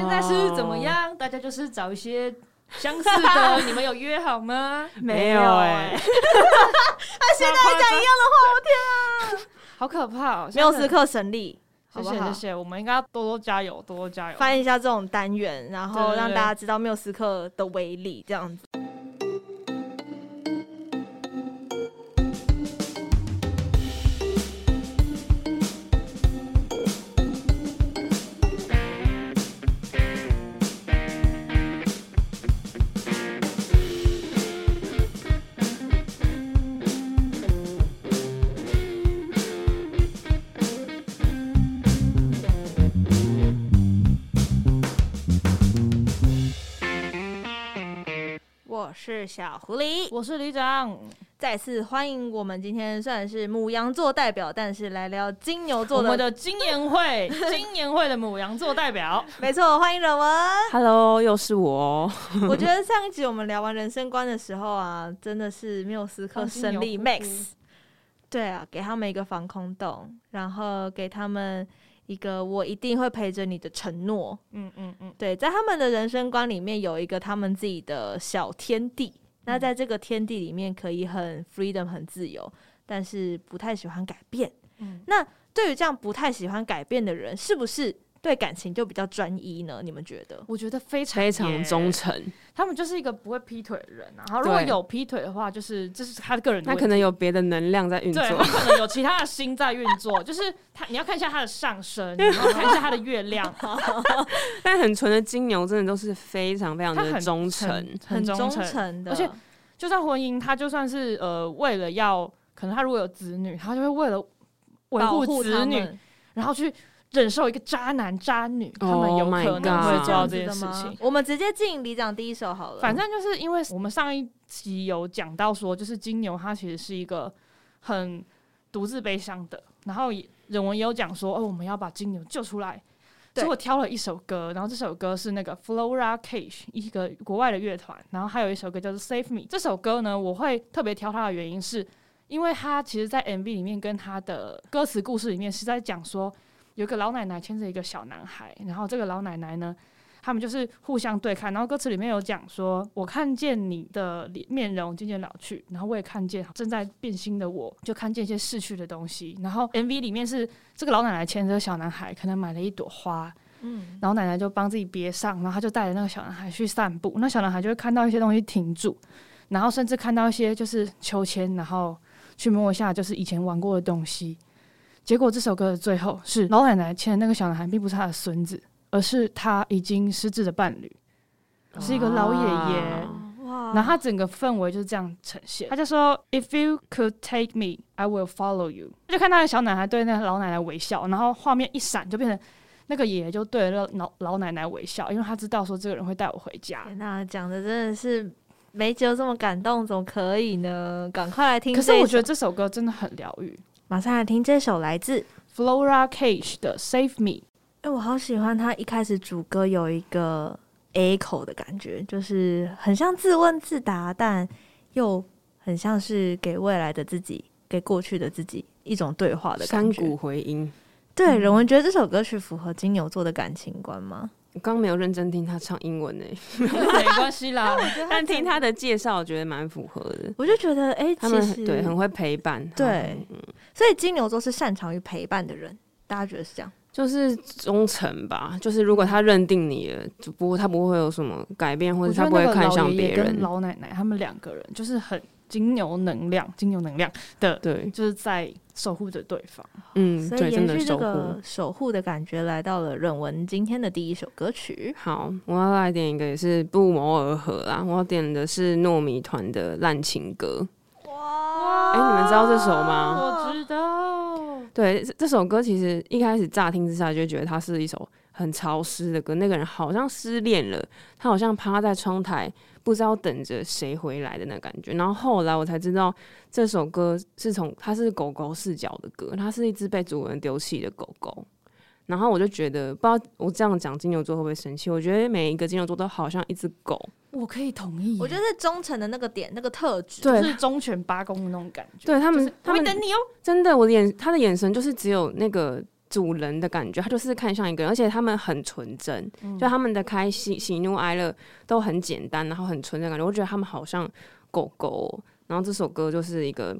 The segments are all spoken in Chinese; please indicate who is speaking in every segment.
Speaker 1: 现在是怎么样？大家就是找一些相似的，你们有约好吗？欸
Speaker 2: 没有哎、
Speaker 3: 他现在还讲一样的话，我天啊！
Speaker 1: 好可怕哦！
Speaker 3: 没有时
Speaker 1: 真的
Speaker 3: 刻省力，
Speaker 1: 谢
Speaker 3: 好不
Speaker 1: 谢谢
Speaker 3: 好？
Speaker 1: 谢，我们应该要多多加油，多多加油。
Speaker 3: 翻一下这种单元，然
Speaker 1: 对
Speaker 3: 后
Speaker 1: 对
Speaker 3: 让
Speaker 1: 对
Speaker 3: 大家知道缪斯克的威力，这样子。我是小狐狸，
Speaker 1: 我是李长，
Speaker 3: 再次欢迎我们今天虽然是母羊座代表，但是来聊金牛
Speaker 1: 我
Speaker 3: 座
Speaker 1: 们的
Speaker 3: 的，
Speaker 1: 金研会，金研会的母羊座代表。
Speaker 3: 没错，欢迎人 文。
Speaker 2: h e l l o 又是我哦。
Speaker 3: 我觉得上一集我们聊完人生观的时候啊，真的是缪斯克胜利
Speaker 1: 放金牛哭哭
Speaker 3: Max，对啊，给他们一个防空洞，然后给他们一个我一定会陪着你的承诺。
Speaker 1: 嗯嗯嗯，
Speaker 3: 对，在他们的人生观里面有一个他们自己的小天地，
Speaker 1: 嗯
Speaker 3: 那在这个天地里面可以很 freedom 很自由，但是不太喜欢改变。
Speaker 1: 嗯
Speaker 3: 那对于这样不太喜欢改变的人，是不是对感情就比较专一呢？你们觉得？
Speaker 1: 我觉得非常
Speaker 2: 非常
Speaker 1: 耶
Speaker 2: 忠诚，
Speaker 1: 他们就是一个不会劈腿的人、啊。然后如果
Speaker 2: 对
Speaker 1: 有劈腿的话，就是这是他的个人的
Speaker 2: 那
Speaker 1: 问题，
Speaker 2: 可能有别的能量在运
Speaker 1: 对
Speaker 2: 作
Speaker 1: 他。可能有其他的心在运作，就是他你要看一下他的上身，然后看一下他的月亮，
Speaker 2: 但很纯的金牛真的都是非常非常
Speaker 1: 他
Speaker 2: 的
Speaker 1: 很
Speaker 2: 忠诚，
Speaker 1: 很
Speaker 3: 忠
Speaker 1: 忠诚。
Speaker 3: 诚的，
Speaker 1: 而且就算婚姻，他就算是呃为了要，可能他如果有子女，他就会为了维
Speaker 3: 保
Speaker 1: 护
Speaker 3: 护
Speaker 1: 子
Speaker 3: 他
Speaker 1: 女，
Speaker 3: 们
Speaker 1: 然后去忍受一个渣男渣女，他
Speaker 2: Oh
Speaker 1: 们有
Speaker 2: my
Speaker 1: 可能
Speaker 2: God
Speaker 1: 会
Speaker 3: 是
Speaker 1: 做
Speaker 3: 这
Speaker 1: 到这
Speaker 3: 样子
Speaker 1: 件
Speaker 3: 的
Speaker 1: 事
Speaker 3: 吗
Speaker 1: 情？。
Speaker 3: 我们直接进里长第一首好了。
Speaker 1: 反正就是因为我们上一集有讲到说，就是金牛它其实是一个很独自悲伤的，然后也人文也有讲说，哦，我们要把金牛救出来。
Speaker 3: 对
Speaker 1: 结果挑了一首歌，然后这首歌是那个 Flora Cage 一个国外的乐团，然后还有一首歌叫做 Save Me。这首歌呢，我会特别挑它的原因是，因为它其实，在 MV 里面跟它的歌词故事里面是在讲说，有一个老奶奶牵着一个小男孩，然后这个老奶奶呢，他们就是互相对看，然后歌词里面有讲说，我看见你的脸面容渐渐老去，然后我也看见正在变心的我，就看见一些逝去的东西。然后 MV 里面是这个老奶奶牵着小男孩，可能买了一朵花，
Speaker 3: 嗯，
Speaker 1: 然后奶奶就帮自己别上，然后她就带着那个小男孩去散步，那小男孩就会看到一些东西停住，然后甚至看到一些就是秋千，然后去摸一下就是以前玩过的东西。结果这首歌的最后是老奶奶牵的那个小男孩，并不是她的孙子，而是她已经失智的伴侣，是一个老爷爷。
Speaker 2: 啊
Speaker 3: 哇
Speaker 1: 然后他整个氛围就是这样呈现。他就说：“If you could take me, I will follow you。”他就看到那个小奶孩对那个老奶奶微笑，然后画面一闪，就变成那个爷爷就对那老老奶奶微笑，因为他知道说这个人会带我回家。
Speaker 3: 天呐，讲的真的是没酒这么感动，怎么可以呢？赶快来听这
Speaker 1: 可
Speaker 3: 一
Speaker 1: 是
Speaker 3: 首，
Speaker 1: 我觉得这首歌真的很疗愈
Speaker 3: 马上来听这首来自，
Speaker 1: ，Flora Cage 的《Save Me》。
Speaker 3: 哎、我好喜欢他一开始主歌有一个 A 口的感觉，就是很像自问自答，但又很像是给未来的自己、给过去的自己一种对话的感
Speaker 2: 山
Speaker 3: 觉
Speaker 2: 谷。回音。
Speaker 3: 对，
Speaker 1: 嗯
Speaker 3: 人文觉得这首歌曲符合金牛座的感情观吗？
Speaker 2: 我刚刚没有认真听他唱英文呢、
Speaker 1: 没关系啦，
Speaker 2: 但听他的介绍，我觉得蛮符合的。
Speaker 3: 我就觉得，哎、
Speaker 2: 他
Speaker 3: 其
Speaker 2: 们
Speaker 3: 实
Speaker 2: 很对很会陪伴，
Speaker 3: 对
Speaker 2: 嗯，
Speaker 3: 所以金牛座是擅长于陪伴的人，大家觉得是这样？
Speaker 2: 就是忠诚吧。就是如果他认定你了，就不他不会有什么改变，或
Speaker 1: 我
Speaker 2: 者
Speaker 1: 觉
Speaker 2: 他
Speaker 1: 得
Speaker 2: 不
Speaker 1: 那
Speaker 2: 会
Speaker 1: 个
Speaker 2: 看
Speaker 1: 老
Speaker 2: 向
Speaker 1: 爷
Speaker 2: 别
Speaker 1: 爷跟
Speaker 2: 人。
Speaker 1: 老奶奶他们两个人就是很金牛能量，金牛能量的，
Speaker 2: 对，
Speaker 1: 就是在守护着对方。
Speaker 2: 嗯，
Speaker 3: 所
Speaker 2: 对，
Speaker 3: 以
Speaker 2: 真
Speaker 3: 延
Speaker 2: 的
Speaker 3: 续这
Speaker 2: 守
Speaker 3: 个
Speaker 2: 护。
Speaker 3: 守护的感觉，来到了忍文今天的第一首歌曲。
Speaker 2: 好，我要来点一个也是不谋而合啦。我要点的是糯米团的《烂情歌》。
Speaker 3: 哇
Speaker 1: 哦
Speaker 2: 哎、你们知道这首吗？
Speaker 1: 哎我知道。
Speaker 2: 对，这这首歌其实一开始乍听之下就觉得它是一首很潮湿的歌。那个人好像失恋了，他好像趴在窗台，不知道等着谁回来的那感觉。然后后来我才知道，这首歌是从它是狗狗视角的歌，它是一只被主人丢弃的狗狗。然后我就觉得，不知道我这样讲金牛座会不会生气？我觉得每一个金牛座都好像一只狗，
Speaker 1: 我可以同意耶，
Speaker 3: 我觉得是忠诚的那个点，那个特质。
Speaker 2: 对
Speaker 1: 就是忠犬八公的那种感觉。
Speaker 2: 对他们
Speaker 1: 就是
Speaker 2: 他
Speaker 1: 我会
Speaker 2: 们
Speaker 1: 等你哦。
Speaker 2: 真的，我的眼他的眼神就是只有那个主人的感觉，他就是看向一个人，而且他们很纯真，就他们的开心、喜怒哀乐都很简单，然后很纯真的感觉。我觉得他们好像狗狗哦、然后这首歌就是一个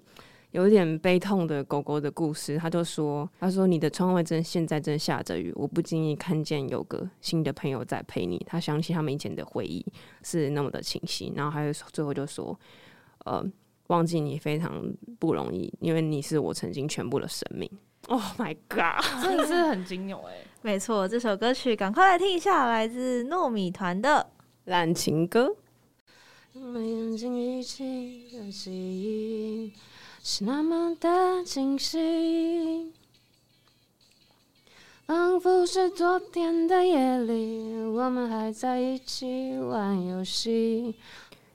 Speaker 2: 有一点悲痛的狗狗的故事。他就说：“他说你的窗外正现在正下着雨，我不经意看见有个新的朋友在陪你。”他想起他们以前的回忆是那么的清晰，然后还有最后就说：“呃，忘记你非常不容易，因为你是我曾经全部的生命。” Oh my god！
Speaker 1: 真的是很金牛哎、
Speaker 3: 没错，这首歌曲赶快来听一下，来自糯米团的。
Speaker 2: 烂情歌。我们眼睛一起的记忆是那么的清晰，仿佛是昨天的夜里，我们还在一起玩游戏。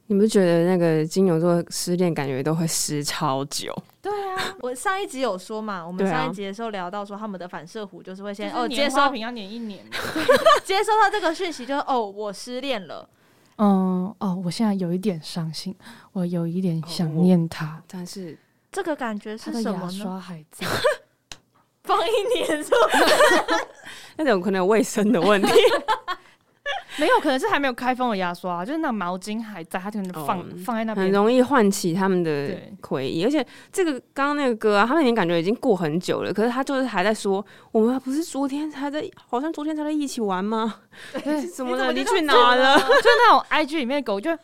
Speaker 2: 你不觉得那个金牛座失恋感觉都会失超久？
Speaker 1: 对啊，
Speaker 3: 我上一集有说嘛，我们
Speaker 2: 对啊
Speaker 3: 上一集的时候聊到说他们的反射弧就是会先、
Speaker 1: 就是
Speaker 3: 哦接
Speaker 1: 年
Speaker 3: 收
Speaker 1: 花瓶要年一年。
Speaker 3: 接收到这个讯息就是哦我失恋了，
Speaker 1: 嗯，哦，我现在有一点伤心，我有一点想念他。
Speaker 2: 但是
Speaker 3: 这个感觉
Speaker 1: 他的
Speaker 3: 是什
Speaker 1: 牙
Speaker 3: 么呢？
Speaker 1: 刷还在，
Speaker 3: 放一年之
Speaker 2: 那种可能有卫生的问题，
Speaker 1: 没有，可能是还没有开封的牙刷，啊就是那毛巾还在，他可能放、
Speaker 2: 哦
Speaker 1: 放在那
Speaker 2: 很
Speaker 1: 边。
Speaker 2: 容易唤起他们的
Speaker 1: 对
Speaker 2: 回忆。而且这个刚刚那个歌啊，他们已经感觉已经过很久了，可是他就是还在说，我们不是昨天还在，好像昨天才在一起玩吗？
Speaker 1: 对，
Speaker 2: 怎
Speaker 3: 你
Speaker 2: 么
Speaker 3: 怎
Speaker 2: 了？
Speaker 3: 么
Speaker 2: 你
Speaker 3: 就
Speaker 2: 去
Speaker 3: 这
Speaker 2: 哪了？
Speaker 1: 就那种 IG 里面的狗就，哦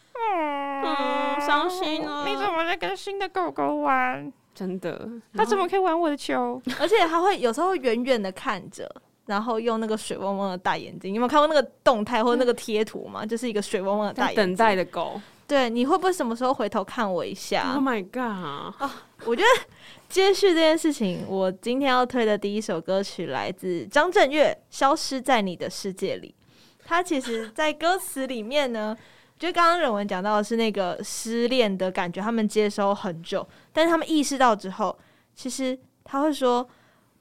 Speaker 2: 嗯，伤心啊！
Speaker 1: 你怎么在跟新的狗狗玩？
Speaker 2: 真的？
Speaker 1: 它怎么可以玩我的球？
Speaker 3: 而且还会有时候会远远的看着，然后用那个水汪汪的大眼睛。你有没有看过那个动态或那个贴图吗？就是一个水汪汪的大
Speaker 2: 在
Speaker 3: 眼
Speaker 2: 等
Speaker 3: 睛。
Speaker 2: 待的狗
Speaker 3: 对，你会不会什么时候回头看我一下？
Speaker 2: ？Oh my god！
Speaker 3: 我觉得接续这件事情，我今天要推的第一首歌曲来自张震岳，《消失在你的世界里》。它其实，在歌词里面呢， 就刚刚忍文讲到的是那个失恋的感觉，他们接收很久，但是他们意识到之后，其实他会说：“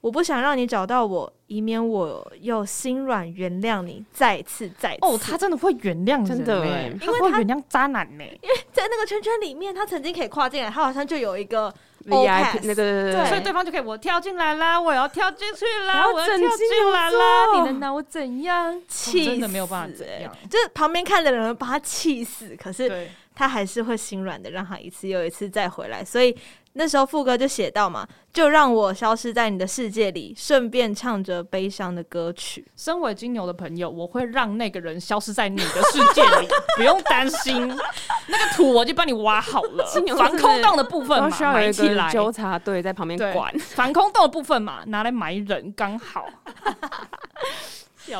Speaker 3: 我不想让你找到我，以免我又心软原谅你，再次再次。”
Speaker 1: 哦，它真的会原谅人
Speaker 2: 真的
Speaker 1: 欸
Speaker 2: 欸
Speaker 1: 它
Speaker 3: 因为
Speaker 1: 会
Speaker 3: 它
Speaker 1: 原谅渣男欸呢、
Speaker 3: 在那个圈圈里面，他曾经可以跨进来，他好像就有一
Speaker 1: 哦
Speaker 3: 个 All
Speaker 2: VIP
Speaker 3: pass
Speaker 2: 那个
Speaker 3: 对
Speaker 1: 所以对方就可以我跳进来啦，我要跳进去
Speaker 2: 然
Speaker 1: 啦，
Speaker 2: 后
Speaker 1: 我要
Speaker 2: 整
Speaker 1: 跳
Speaker 2: 只
Speaker 1: 进来
Speaker 2: 牛
Speaker 1: 啦，
Speaker 2: 座
Speaker 1: 你能拿我怎样？
Speaker 3: 气死、
Speaker 1: 真的没有办法怎样
Speaker 3: 欸就是旁边看的人把他气死，可是
Speaker 1: 对，
Speaker 3: 他还是会心软的，让他一次又一次再回来。所以那时候副歌就写到嘛，就让我消失在你的世界里，顺便唱着悲伤的歌曲。
Speaker 1: 身为金牛的朋友，我会让那个人消失在你的世界里， 不用担心，那个土我就帮你挖好了
Speaker 2: 金牛，
Speaker 1: 防
Speaker 2: 真的
Speaker 1: 空洞的部分
Speaker 2: 都
Speaker 1: 嘛，
Speaker 2: 需要有
Speaker 1: 埋
Speaker 2: 一
Speaker 1: 起
Speaker 2: 个
Speaker 1: 来。
Speaker 2: 纠察队在旁边
Speaker 1: 对
Speaker 2: 管。
Speaker 1: 防空洞的部分嘛，拿来埋人刚好。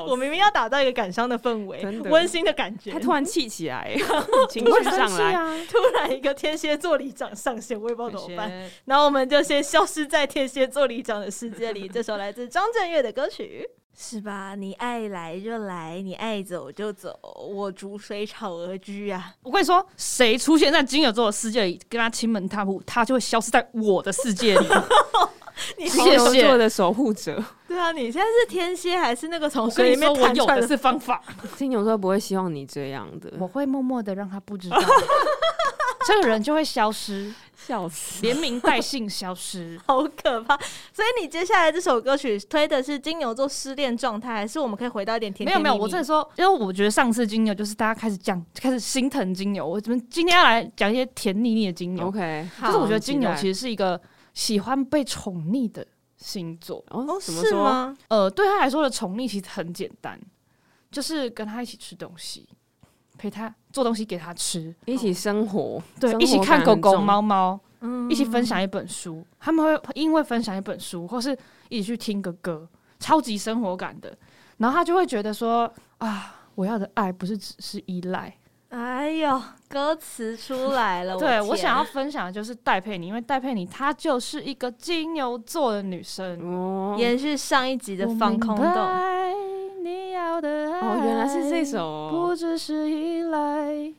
Speaker 3: 我明明要打造一个感伤的氛围
Speaker 2: 真，的
Speaker 3: 温馨的感觉
Speaker 2: 他。突然气起来， 情
Speaker 1: 不会
Speaker 2: 绪
Speaker 1: 生
Speaker 2: 上
Speaker 1: 气
Speaker 2: 来，
Speaker 1: 啊，
Speaker 3: 突然一个天蝎座里长上线，我也不知道怎么办。
Speaker 1: 有些
Speaker 3: 然后我们就先消失在天蝎座里长的世界里。这首来自张震岳的歌曲，是吧？你爱来就来，你爱走就走，我逐水草而居啊！
Speaker 1: 我跟你说，谁出现在金牛座的世界里，跟他亲门踏户，他就会消失在我的世 界里。
Speaker 3: 你
Speaker 1: 谢
Speaker 2: 金牛
Speaker 1: 谢
Speaker 2: 座的守护者。
Speaker 3: 对啊，你现在是天蝎还是那个从
Speaker 1: 我跟
Speaker 3: 水
Speaker 1: 你
Speaker 3: 里
Speaker 1: 说，
Speaker 3: 面
Speaker 1: 我
Speaker 3: 弹
Speaker 1: 有
Speaker 3: 出来
Speaker 1: 的
Speaker 3: 的？
Speaker 1: 是方 法，
Speaker 2: 金牛座不会希望你这样的，
Speaker 1: 我会默默的让他不知道， 这个人就会消失，
Speaker 2: 笑死。
Speaker 1: 连名带姓消 失。
Speaker 3: 好可怕！所以你接下来这首歌曲推的是金牛座失恋状态，还是我们可以回到一点甜
Speaker 1: 没
Speaker 3: 甜
Speaker 1: 有
Speaker 3: 蜜蜜？
Speaker 1: 没有，我真的说，因为我觉得上次金牛就是大家开始讲，开始心疼金牛。我们今天要来讲一些甜腻腻的金牛，
Speaker 2: OK，
Speaker 1: 就是我觉得金牛
Speaker 2: 实
Speaker 1: 其实是一个喜欢被宠溺的星座。
Speaker 2: 哦，怎么
Speaker 3: 是
Speaker 2: 说？
Speaker 3: 吗？
Speaker 1: 呃，对他来说的宠溺其实很简单，就是跟他一起吃东西，陪他做东西给他吃，
Speaker 2: 一起生活，
Speaker 1: 对，
Speaker 2: 生
Speaker 1: 一起
Speaker 2: 活
Speaker 1: 看
Speaker 2: 感
Speaker 1: 狗
Speaker 2: 很
Speaker 1: 狗、
Speaker 2: 重，
Speaker 1: 猫猫，
Speaker 3: 嗯
Speaker 1: 一起分享一本书，他们会因为分享一本书，或是一起去听个歌，超级生活感的。然后他就会觉得说啊，我要的爱不是只是依赖，
Speaker 3: 哎呦，歌词出来
Speaker 2: 哦
Speaker 3: 了，
Speaker 1: 对我
Speaker 3: 天
Speaker 1: 想要分享的就是戴佩妮，因为戴佩妮她就是一个金牛座的女生，
Speaker 2: 哦，
Speaker 3: 延续上一集的
Speaker 1: 我
Speaker 3: 防空
Speaker 1: 明
Speaker 3: 洞。
Speaker 1: 白你要的爱，
Speaker 2: 哦，原来是这首
Speaker 1: 不
Speaker 2: 哦，
Speaker 1: 只是依赖，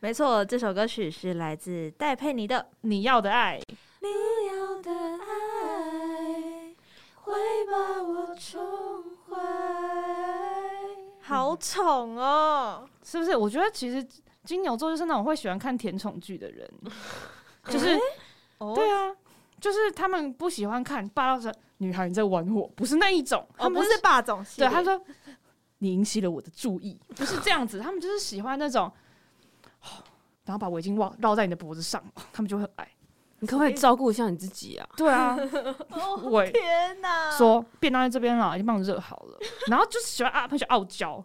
Speaker 3: 没错，这首歌曲是来自戴佩妮的。
Speaker 1: 你要的爱。
Speaker 3: 你要的爱会把我宠坏，好宠哦！
Speaker 1: 是不是？我觉得其实金牛座就是那种会喜欢看甜宠剧的 人，就是、
Speaker 3: 哦
Speaker 1: 对啊，就是他们不喜欢看霸道总女孩你在玩我，不是那一种，他
Speaker 3: 哦，
Speaker 1: 们
Speaker 3: 不是霸总系
Speaker 1: 对
Speaker 3: 列，
Speaker 1: 他说你引起了我的注意，不是这样子，他们就是喜欢那种， 然后把围巾绕绕在你的脖子上，他们就会很爱。
Speaker 2: 你可不可以照顾一下你自己啊？
Speaker 1: 对 啊，我也
Speaker 3: 哦天哪，
Speaker 1: 说便当在这边了，已经帮你热好了，然后就是喜欢啊，他们喜欢傲娇，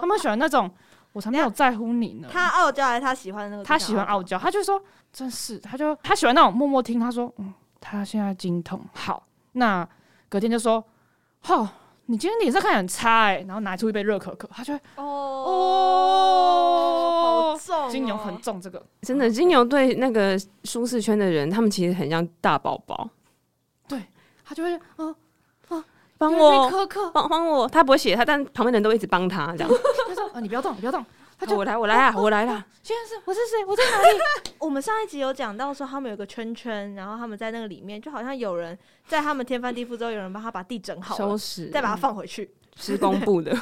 Speaker 1: 他们喜欢那种我才没有在乎你呢。
Speaker 3: 他傲娇还是他喜欢那个？
Speaker 1: 他喜欢傲娇，他就说真是，他就他喜欢那种默默听。他说嗯，他现在经痛好，那隔天就说，哦，你今天脸色看起来很差哎、然后拿出一杯热可可，他就会
Speaker 3: 哦，
Speaker 1: 哦
Speaker 3: 好重哦，
Speaker 1: 金牛很重这个，
Speaker 2: 真的，金牛对那个舒适圈的人，他们其实很像大宝宝，
Speaker 1: 他就会嗯，
Speaker 2: 帮
Speaker 1: 有一
Speaker 2: 我，
Speaker 1: 杯可可，
Speaker 2: 帮帮我，他不会写他，但旁边的人都一直帮他，这样。
Speaker 1: 他说啊你不要动，你不要动，他
Speaker 2: 好
Speaker 1: 就
Speaker 2: 我来，我来啊，我来 啦。
Speaker 1: 现在是我是谁，我在哪里？
Speaker 3: 我们上一集有讲到说，他们有个圈圈，然后他们在那个里面，就好像有人在他们天翻地覆之后，有人帮他把地整好了
Speaker 2: 收，拾，
Speaker 3: 再把它放回去。
Speaker 2: 施工 部的，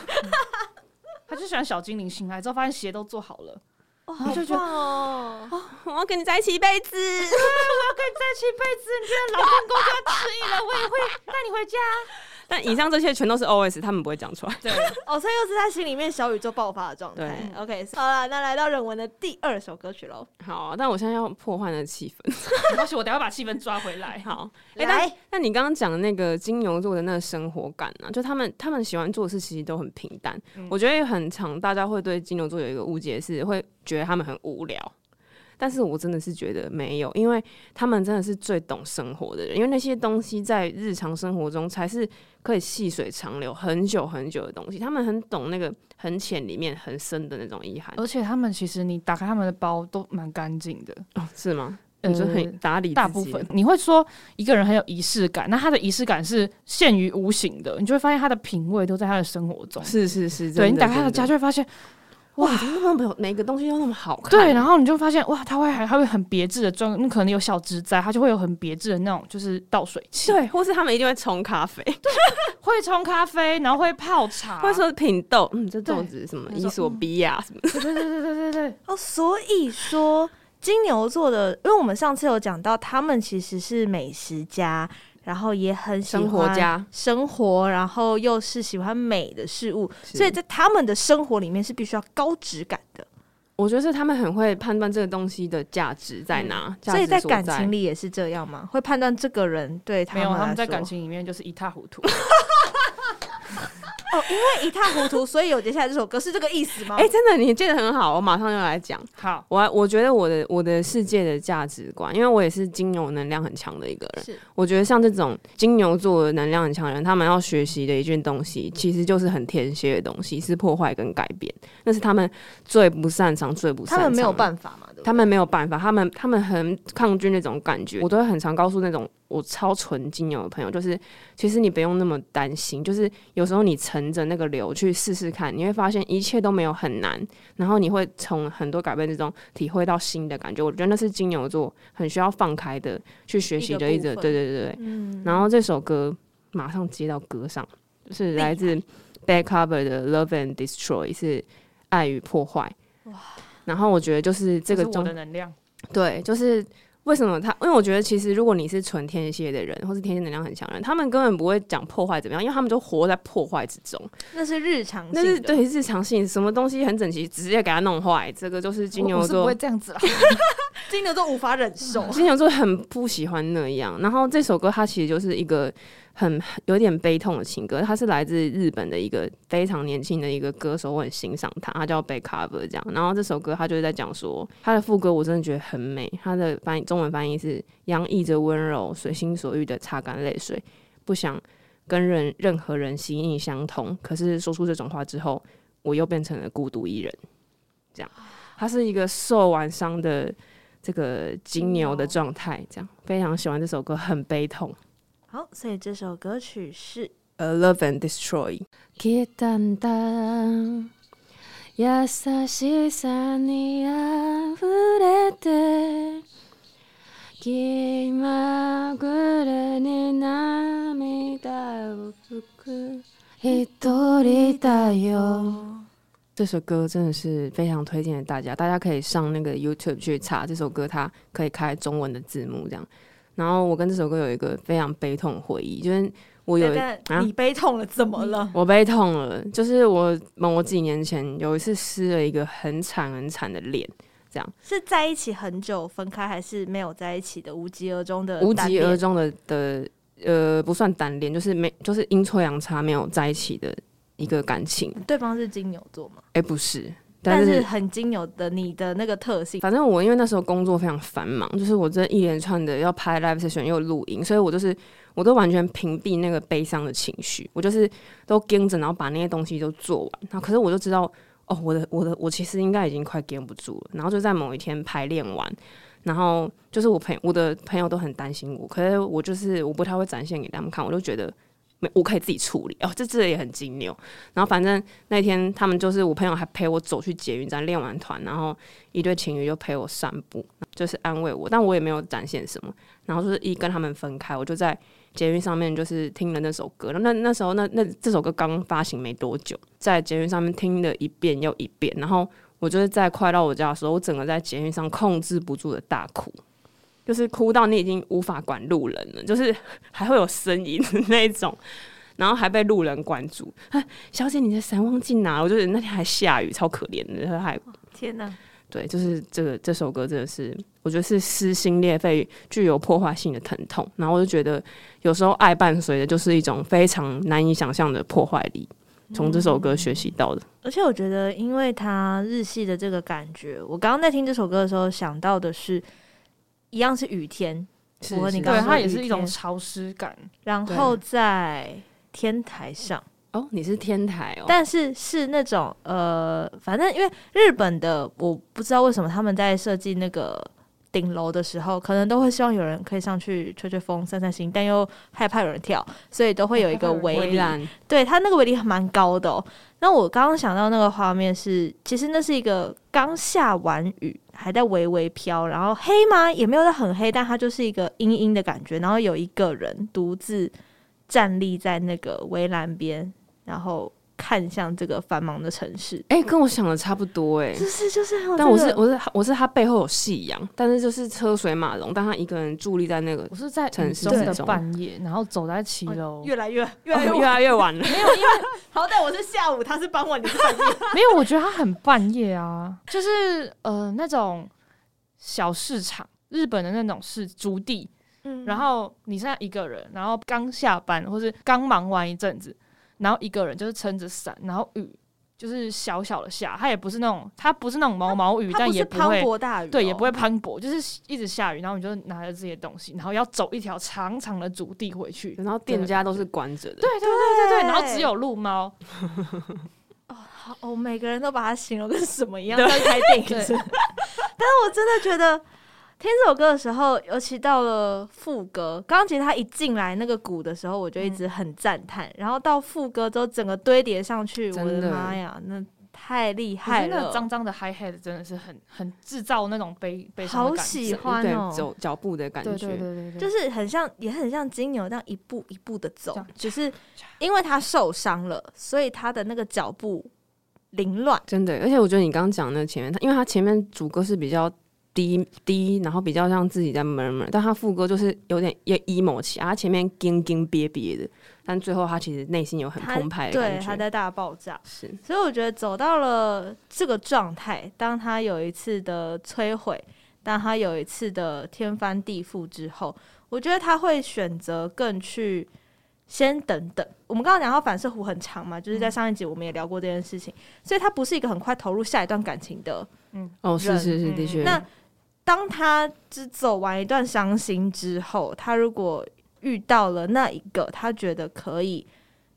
Speaker 1: 他就喜欢小精灵醒来之后发现鞋都做好了，
Speaker 3: 哇，
Speaker 1: 你
Speaker 3: 好
Speaker 1: 就觉得
Speaker 3: 棒哦！
Speaker 2: 我要跟你在一起一辈
Speaker 1: 我
Speaker 2: 子。
Speaker 1: 要跟你在一起一辈子，你这个老公公就要迟疑了，我也会带你回家。
Speaker 2: 但以上这些全都是 OS，他们不会讲出来。
Speaker 1: 对，
Speaker 3: 哦，所以又是在心里面小宇宙爆发的状态。OK，好了，那来到忍文的第二首歌曲喽。
Speaker 2: 好，但我现在要破坏的气氛。
Speaker 1: 没关系，我等一下把气氛抓回来。
Speaker 2: 好，哎、但
Speaker 3: 来，
Speaker 2: 那你刚刚讲的那个金牛座的那个生活感呢、啊？就他们他们喜欢做的事其实都很平淡。
Speaker 1: 嗯
Speaker 2: 我觉得很常大家会对金牛座有一个误解，是会觉得他们很无聊。但是我真的是觉得没有，因为他们真的是最懂生活的人，因为那些东西在日常生活中才是可以细水长流很久很久的东西。他们很懂那个很浅里面很深的那种意涵，
Speaker 1: 而且他们其实你打开他们的包都蛮干净的，
Speaker 2: 哦，是吗？
Speaker 1: 呃
Speaker 2: 你说很打理自己
Speaker 1: 大部分你会说一个人很有仪式感，那他的仪式感是限于无形的，你就会发现他的品味都在他的生活中。
Speaker 2: 是是是，
Speaker 1: 对
Speaker 2: 真
Speaker 1: 你打开
Speaker 2: 真
Speaker 1: 他的家就会发现，
Speaker 2: 哇，怎么那么每个东西都那么好看？
Speaker 1: 对，然后你就发现哇，他会还还会很别致的装，那可能有小植栽，他就会有很别致的那种就是倒水器，
Speaker 2: 对，或是他们一定会冲咖啡，
Speaker 1: 会冲咖啡，然后会泡茶，
Speaker 3: 啊
Speaker 2: 或者说品豆，嗯，这豆
Speaker 1: 对
Speaker 2: 子什么
Speaker 1: 他
Speaker 2: 伊
Speaker 1: 说
Speaker 2: 索
Speaker 3: 嗯
Speaker 2: 比亚什么，
Speaker 1: 对对对对对对 对，
Speaker 3: 哦，所以说金牛座的，因为我们上次有讲到，他们其实是美食家，然后也很喜欢
Speaker 2: 生活家
Speaker 3: 生活，然后又是喜欢美的事物，所以
Speaker 2: 是
Speaker 3: 在他们的生活里面是必须要高质感的，
Speaker 2: 我觉得是他们很会判断这个东西的价值在哪，
Speaker 3: 嗯
Speaker 2: 价
Speaker 3: 所以
Speaker 2: 值
Speaker 3: 在
Speaker 2: 所
Speaker 3: 感情里也是这样嘛，会判断这个人对他
Speaker 1: 没
Speaker 3: 们
Speaker 1: 有他们
Speaker 3: 来
Speaker 1: 在
Speaker 3: 说
Speaker 1: 感情里面就是一塌糊涂。
Speaker 3: 哦，因为一塌糊涂， 所以有接下来这首歌是这个意思吗？
Speaker 2: 哎、真的，你记得很好，我马上就来讲。
Speaker 1: 好，
Speaker 2: 我我觉得我的我的世界的价值观，因为我也是金牛能量很强的一个人，
Speaker 3: 是
Speaker 2: 我觉得像这种金牛座的能量很强的人，他们要学习的一件东西，其实就是很天蝎的东西，是破坏跟改变，那是他们最不擅长、最不擅
Speaker 3: 他
Speaker 2: 长的。
Speaker 3: 们没有办法嘛，对不对？
Speaker 2: 他们没有办法，他们他们很抗拒那种感觉。我都会很常告诉那种我超纯金牛的朋友，就是其实你不用那么担心，就是有时候你乘着那个流去试试看，你会发现一切都没有很难，然后你会从很多改变之中体会到新的感觉。我觉得那是金牛座很需要放开的去学习的一
Speaker 3: 一
Speaker 2: 个，
Speaker 3: 个部分
Speaker 2: 对对对对。
Speaker 3: 嗯
Speaker 2: 然后这首歌马上接到歌上，是来自 Bad Cover 的《Love and Destroy》，是爱与破坏。然后我觉得就是 这
Speaker 1: 这
Speaker 2: 个
Speaker 1: 是我
Speaker 2: 中
Speaker 1: 的能量，
Speaker 2: 对，就是为什么他？因为我觉得其实如果你是纯天蝎的人，或是天蝎能量很强的人，他们根本不会讲破坏怎么样，因为他们就活在破坏之中。
Speaker 3: 那是日常性的，
Speaker 2: 那是对日常性，什么东西很整齐，直接给他弄坏，这个就是金
Speaker 1: 我
Speaker 2: 牛
Speaker 1: 我是不
Speaker 2: 座
Speaker 1: 会。这样子啦。
Speaker 3: 金牛座无法忍受。
Speaker 2: 金牛座很不喜欢那样，然后这首歌它其实就是一个很有点悲痛的情歌，它是来自日本的一个非常年轻的一个歌手，我很欣赏他，他叫 b a Cover 这样。然后这首歌他就是在讲说，他的副歌我真的觉得很美，他的翻译中文翻译是洋溢着温柔，随心所欲的擦干泪水，不想跟人任何人心意相通。可是说出这种话之后，我又变成了孤独一人。这样，他是一个受完伤的这个金牛的状态，这样非常喜欢这首歌，很悲痛。
Speaker 3: 好，所以这首歌曲是
Speaker 2: 呃，Love and Destroy。消えたんだ優しさにあふれて気まぐれに涙を拭く一人だよ这首歌真的是非常推荐给大家，大家可以上那个 YouTube 去查这首歌，它可以开中文的字幕这样。然后我跟这首歌有一个非常悲痛的回忆，就是我有一
Speaker 3: 但
Speaker 2: 啊
Speaker 3: 你悲痛了，怎么了？
Speaker 2: 我悲痛了，就是我我几年前有一次撕了一个很惨很惨的脸，这样
Speaker 3: 是在一起很久分开，还是没有在一起的无疾而终的
Speaker 2: 无
Speaker 3: 单
Speaker 2: 疾
Speaker 3: 恋
Speaker 2: 而终的的呃不算单恋，就是没就是阴错阳差没有在一起的一个感情，
Speaker 3: 对方是金牛座嘛，
Speaker 2: 哎、不是，
Speaker 3: 但
Speaker 2: 但
Speaker 3: 是很金牛的你的那个特性，
Speaker 2: 反正我因为那时候工作非常繁忙，就是我这一连串的要拍 live session 又录音，所以我就是我都完全屏蔽那个悲伤的情绪，我就是都跟着，然后把那些东西都做完。然后可是我就知道，哦，我的我的我其实应该已经快跟不住了。然后就在某一天排练完，然后就是我朋我的朋友都很担心我，可是我就是我不太会展现给他们看，我就觉得。没，我可以自己处理哦，这这也很金牛。然后反正那天他们就是我朋友还陪我走去捷运站练完团，然后一对情侣就陪我散步，就是安慰我，但我也没有展现什么。然后就是一跟他们分开，我就在捷运上面就是听了那首歌。那那时候那那这首歌刚发行没多久，在捷运上面听了一遍又一遍，然后我就是在快到我家的时候，我整个在捷运上控制不住的大哭。就是哭到你已经无法管路人了，就是还会有声音的那一种，然后还被路人关注。啊、小姐，你的伞忘记拿了。我就是那天还下雨，超可怜的，然后还
Speaker 3: 天哪！
Speaker 2: 对，就是这个这首歌真的是，我觉得是撕心裂肺、具有破坏性的疼痛。然后我就觉得，有时候爱伴随的就是一种非常难以想象的破坏力。从这首歌学习到的，
Speaker 3: 而且我觉得，因为它日系的这个感觉，我刚刚在听这首歌的时候想到的是，一样是雨天，
Speaker 2: 是
Speaker 3: 我和你
Speaker 2: 是
Speaker 3: 刚
Speaker 1: 对，
Speaker 3: 刚
Speaker 1: 它
Speaker 3: 说
Speaker 1: 也是
Speaker 3: 雨
Speaker 1: 一种
Speaker 3: 天
Speaker 1: 潮湿感。
Speaker 3: 然
Speaker 2: 对
Speaker 3: 后在天台上，
Speaker 2: 哦，你是天台哦，
Speaker 3: 但是是那种呃，反正因为日本的，我不知道为什么他们在设计那个顶楼的时候，可能都会希望有人可以上去吹吹风、散散心，但又害怕有人跳，所以都会有一个
Speaker 1: 害怕有人
Speaker 3: 围
Speaker 2: 围
Speaker 3: 篱。
Speaker 2: 栏
Speaker 3: 对，它那个围篱蛮高的、哦。那我刚刚想到那个画面是，其实那是一个刚下完雨，还在微微飘，然后黑吗？也没有到很黑，但它就是一个阴阴的感觉。然后有一个人独自站立在那个围栏边，然后看向这个繁忙的城市，
Speaker 2: 哎、跟我想的差不多哎、
Speaker 3: 就是就是很有
Speaker 2: 但我
Speaker 3: 这
Speaker 2: 是
Speaker 3: 个
Speaker 2: 我是我是他背后有夕阳，但是就是车水马龙，但他一个人伫立在那个
Speaker 1: 我是在
Speaker 2: 城
Speaker 1: 雨
Speaker 2: 市
Speaker 1: 中
Speaker 2: 之
Speaker 1: 的
Speaker 2: 中
Speaker 1: 半夜，然后走在骑楼，
Speaker 3: 越来越越来越、
Speaker 2: 哦 越来越晚了，
Speaker 3: 好歹我是下午，他是傍晚，你是半夜
Speaker 1: 没有，我觉得它很半夜啊，就是呃那种小市场，日本的那种是竹地，
Speaker 3: 嗯
Speaker 1: 然后你现在一个人，然后刚下班或是刚忙完一阵子，然后一个人就是撑着伞，然后雨就是小小的下，它也不是那种它不是那种毛毛雨，
Speaker 3: 它
Speaker 1: 但
Speaker 3: 不
Speaker 1: 也
Speaker 3: 是
Speaker 1: 不
Speaker 3: 磅
Speaker 1: 会。
Speaker 3: 礴哦大雨、
Speaker 1: 对，也不会。磅礴，就是一直下雨，然后你就拿着自己的东西，然后要走一条长长的竹地回去。
Speaker 2: 然后店家都是关着的，
Speaker 1: 对对对对对，然后只
Speaker 3: 对
Speaker 1: 有路猫，
Speaker 3: 哦，每个人都把它形容跟什么一样，在拍电影
Speaker 1: 对
Speaker 3: 是吗。 但是我真的觉得听这首歌的时候，尤其到了副歌，刚刚其实他一进来那个鼓的时候，我就一直很赞叹，然后到副歌之后，整个堆叠上去，我
Speaker 2: 真
Speaker 3: 的
Speaker 2: 的
Speaker 3: 妈呀，那太厉
Speaker 1: 我觉
Speaker 3: 害
Speaker 1: 得那个
Speaker 3: 了！
Speaker 1: 脏脏的 hi hat 真的是很很制造那种悲悲伤
Speaker 3: 好
Speaker 1: 的感
Speaker 3: 喜
Speaker 1: 觉，
Speaker 3: 欢
Speaker 2: 对
Speaker 3: 哦，
Speaker 2: 走脚步的感觉，
Speaker 1: 对对对对对，
Speaker 3: 就是很像，也很像金牛这样一步一步的走
Speaker 1: 这样，
Speaker 3: 只是因为他受伤了，所以他的那个脚步凌乱。
Speaker 2: 真的，而且我觉得你刚刚讲的前面，它因为它前面主歌是比较低低，然后比较像自己在闷闷，但它副歌就是有点也 emo 起来，它前面惊惊憋憋的，但最后它其实内心有很
Speaker 3: 他
Speaker 2: 澎湃的
Speaker 3: 对，
Speaker 2: 感
Speaker 3: 他
Speaker 2: 觉。
Speaker 3: 在大爆炸。
Speaker 2: 是，
Speaker 3: 所以我觉得走到了这个状态，当他有一次的摧毁，当他有一次的天翻地覆之后，我觉得他会选择更去先等等。我们刚刚讲到反射弧很长嘛，就是在上一集我们也聊过这件事情，所以他不是一个很快投入下一段感情的。
Speaker 2: 哦，是是是，
Speaker 1: 嗯
Speaker 2: 的确，
Speaker 3: 那当他只走完一段伤心之后，他如果遇到了那一个他觉得可以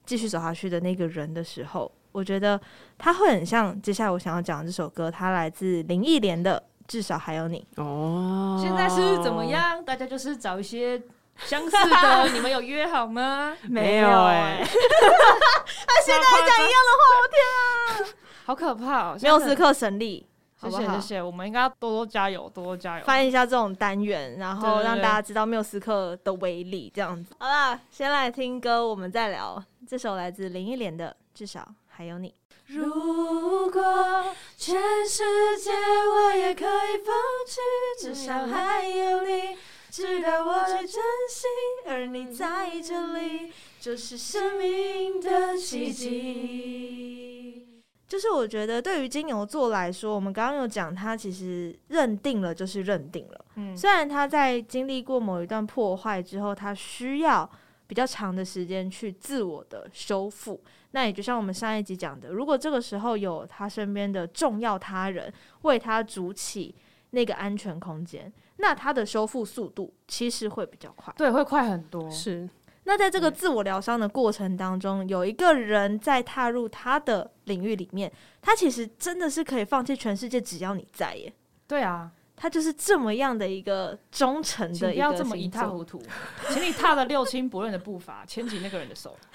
Speaker 3: 继续走下去的那个人的时候，我觉得他会很像接下来我想要讲的这首歌，它来自林忆莲的《至少还有你》。
Speaker 2: 哦，
Speaker 1: 现在是怎么？样？大家就是找一些相似的，你们有约好吗？
Speaker 2: 没有哎、
Speaker 1: 他现在还讲一样的话，我天啊， 好可怕哦！
Speaker 3: 缪
Speaker 1: 真的，
Speaker 3: 斯克神力，好
Speaker 1: 谢
Speaker 3: 不
Speaker 1: 谢谢
Speaker 3: 好？
Speaker 1: 谢，我们应该要多多加油，多多加油。
Speaker 3: 翻一下这种单元，然
Speaker 1: 对
Speaker 3: 后
Speaker 1: 对
Speaker 3: 让
Speaker 1: 对
Speaker 3: 大家知道缪斯克的威力，这样子。好啦，先来听歌，我们再聊这首来自林忆莲的《至少还有你》。
Speaker 4: 如果全世界我也可以放弃，至少还有你。知道我的真心，而你在这里，就是生命的奇迹。
Speaker 3: 就是我觉得对于金牛座来说，我们刚刚有讲，他其实认定了就是认定了。
Speaker 1: 嗯，
Speaker 3: 虽然他在经历过某一段破坏之后，他需要比较长的时间去自我的修复。那也就像我们上一集讲的，如果这个时候有他身边的重要他人为他筑起那个安全空间，那他的修复速度其实会比较快。
Speaker 1: 对，会快很多。
Speaker 2: 是
Speaker 3: 那在这个自我疗伤的过程当中，有一个人在踏入他的领域里面，他其实真的是可以放弃全世界，只要你在耶。
Speaker 1: 对啊，
Speaker 3: 他就是这么样的一个忠诚
Speaker 1: 请不
Speaker 3: 的一个星
Speaker 1: 要
Speaker 3: 座，
Speaker 1: 这么一塌糊涂，请你踏着六亲不认的步伐牵起那个人的手。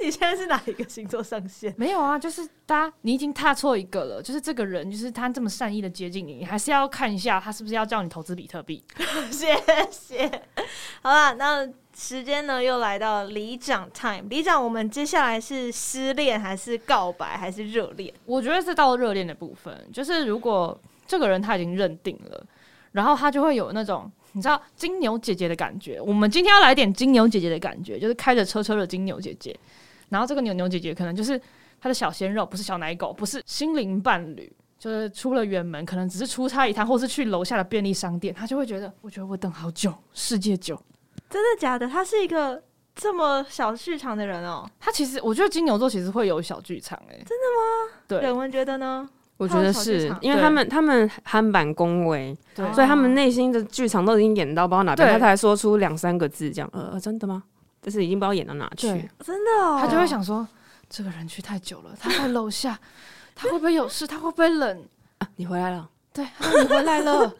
Speaker 3: 你现在是哪一个星座上线？
Speaker 1: 没有啊，就是大家你已经踏错一个了，就是这个人就是他这么善意的接近你，你还是要看一下他是不是要叫你投资比特币。
Speaker 3: 谢谢。好啦，那时间呢又来到里长 time。里长，我们接下来是失恋还是告白还是热恋？
Speaker 1: 我觉得是到热恋的部分，就是如果这个人他已经认定了，然后他就会有那种你知道金牛姐姐的感觉。我们今天要来点金牛姐姐的感觉，就是开着车车的金牛姐姐。然后这个牛牛姐姐可能就是她的小鲜肉，不是小奶狗，不是心灵伴侣，就是出了远门，可能只是出差一趟，或是去楼下的便利商店，她就会觉得，我觉得我等好久，世界久。
Speaker 3: 真的假的？他是一个这么小剧场的人哦、
Speaker 1: 她其实，我觉得金牛座其实会有小剧场、欸，哎，真的
Speaker 3: 忍
Speaker 1: 吗？
Speaker 3: 文觉得呢？
Speaker 2: 我
Speaker 3: 他
Speaker 2: 觉
Speaker 3: 有
Speaker 2: 得
Speaker 3: 小剧
Speaker 2: 是
Speaker 3: 场哦
Speaker 2: 因为
Speaker 1: 对
Speaker 2: 他们他们憨版恭维，
Speaker 1: 对对
Speaker 2: 所以他们内心的剧场都已经演到不知道哪边，
Speaker 1: 对
Speaker 2: 他才说出两三个字这样，呃，呃真的吗？就是已经不知道演到哪去。
Speaker 1: 对
Speaker 3: 真的哦、
Speaker 1: 他就会想说，这个人去太久了，他在楼下，他会不会有事？他会不会冷？
Speaker 2: 啊，你回来了，
Speaker 1: 对，他说你回来了，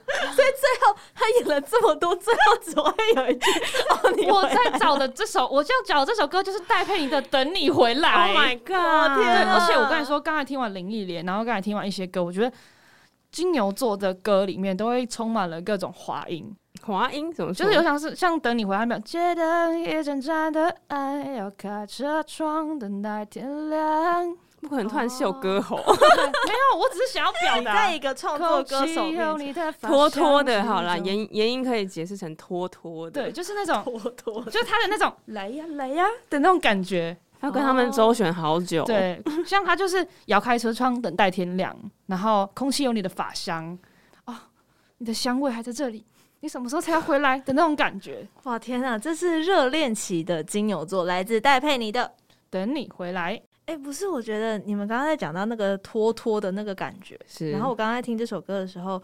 Speaker 3: 他演了这么多，最后只会有一句“哦， 你
Speaker 1: 我
Speaker 3: 回来了
Speaker 1: 在找的这首，我要找的这首歌就是戴佩妮的《等你回来》。
Speaker 2: Oh my god！
Speaker 1: 对，
Speaker 3: 天啊
Speaker 1: 而且我刚才说，刚才听完林忆莲，然后刚才听完一些歌，我觉得金牛座的歌里面都会充满了各种滑音，
Speaker 2: 华英怎么说
Speaker 1: 就是有像是像《等你回来》没有？街灯一盏盏的爱，要开车窗等待天亮。
Speaker 2: 不可能突然秀歌喉，
Speaker 1: 对没有，我只是想要表
Speaker 3: 你
Speaker 1: 达。
Speaker 3: 在一个创作歌手面
Speaker 1: 哦
Speaker 3: 前
Speaker 1: 拖
Speaker 2: 拖拖的，好啦，言言音可以解释成拖拖的，哦
Speaker 1: 对，，就是那 种，
Speaker 3: 拖拖
Speaker 1: 就是他的那种来呀来呀的那种感觉。
Speaker 2: 要跟他们周旋好久。，
Speaker 1: 对，像他就是摇开车窗等待天亮，然后空气有你的发香，哦，你的香味还在这里，你什么时候才要回来的那种感觉。
Speaker 3: 哇天啊，这是热恋期的金牛座，来自戴佩妮的。
Speaker 1: 等你回来，
Speaker 3: 哎、不是，我觉得你们刚刚在讲到那个拖拖的那个感觉，
Speaker 2: 是。
Speaker 3: 然后我刚刚在听这首歌的时候，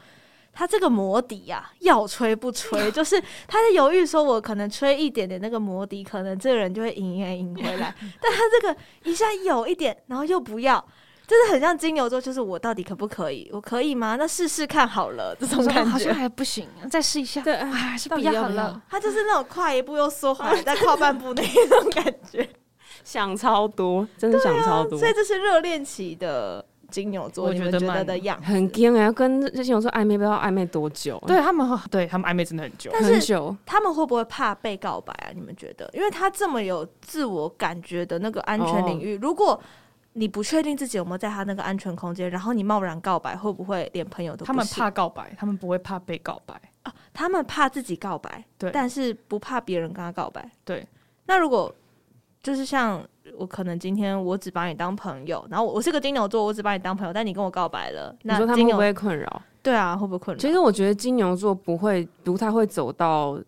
Speaker 3: 他这个魔笛呀、要吹不吹， 就是他在犹豫，说我可能吹一点点那个魔笛，可能这个人就会赢赢赢回 来，但他这个一下有一点，然后又不要。真的很像金牛座，就是我到底可不可以？我可以吗？那试试看好了，这种
Speaker 1: 我说哦
Speaker 3: 感
Speaker 1: 好
Speaker 3: 觉
Speaker 1: 像。还不行，再试一下，
Speaker 2: 对
Speaker 1: 啊，还是
Speaker 2: 到
Speaker 1: 不
Speaker 2: 底
Speaker 1: 要
Speaker 2: 要
Speaker 1: 好
Speaker 2: 不要
Speaker 1: 了。
Speaker 3: 他就是那种跨一步又缩回来，再跨半步那一种感 觉。
Speaker 2: 想超多，真的想超多
Speaker 3: 所，以这是热恋期的金牛座，
Speaker 1: 我
Speaker 3: 你
Speaker 1: 觉
Speaker 3: 们
Speaker 1: 得
Speaker 3: 觉得
Speaker 1: 蛮
Speaker 3: 的样子
Speaker 2: 很惊啊！要跟这些人说暧昧，不知道暧昧多久，
Speaker 1: 对，他们，对他们暧昧真的很久。
Speaker 3: 但
Speaker 2: 很
Speaker 3: 是
Speaker 2: 久。
Speaker 3: 他们会不会怕被告白啊？你们觉得？因为他这么有自我感觉的那个安全领
Speaker 2: 哦
Speaker 3: 域，如果你不确定自己有没有在他那个安全空间，然后你贸然告白，会不会连朋友都不
Speaker 1: 他们
Speaker 3: 是
Speaker 1: 怕告白，他们不会怕被告白。
Speaker 3: 他们怕自己告白，
Speaker 1: 对
Speaker 3: 但是不怕别人跟他告白。
Speaker 1: 对，
Speaker 3: 那如果就是像我可能今天我只把你当朋友，然后我我是个金牛座，我只把你当朋友，但你跟我告白了，
Speaker 2: 你
Speaker 3: 那
Speaker 2: 说他们
Speaker 3: 金
Speaker 2: 会
Speaker 3: 牛
Speaker 2: 不会困扰？
Speaker 3: 对啊，会不会困扰
Speaker 2: 其？实我觉得金牛座不会不太会走到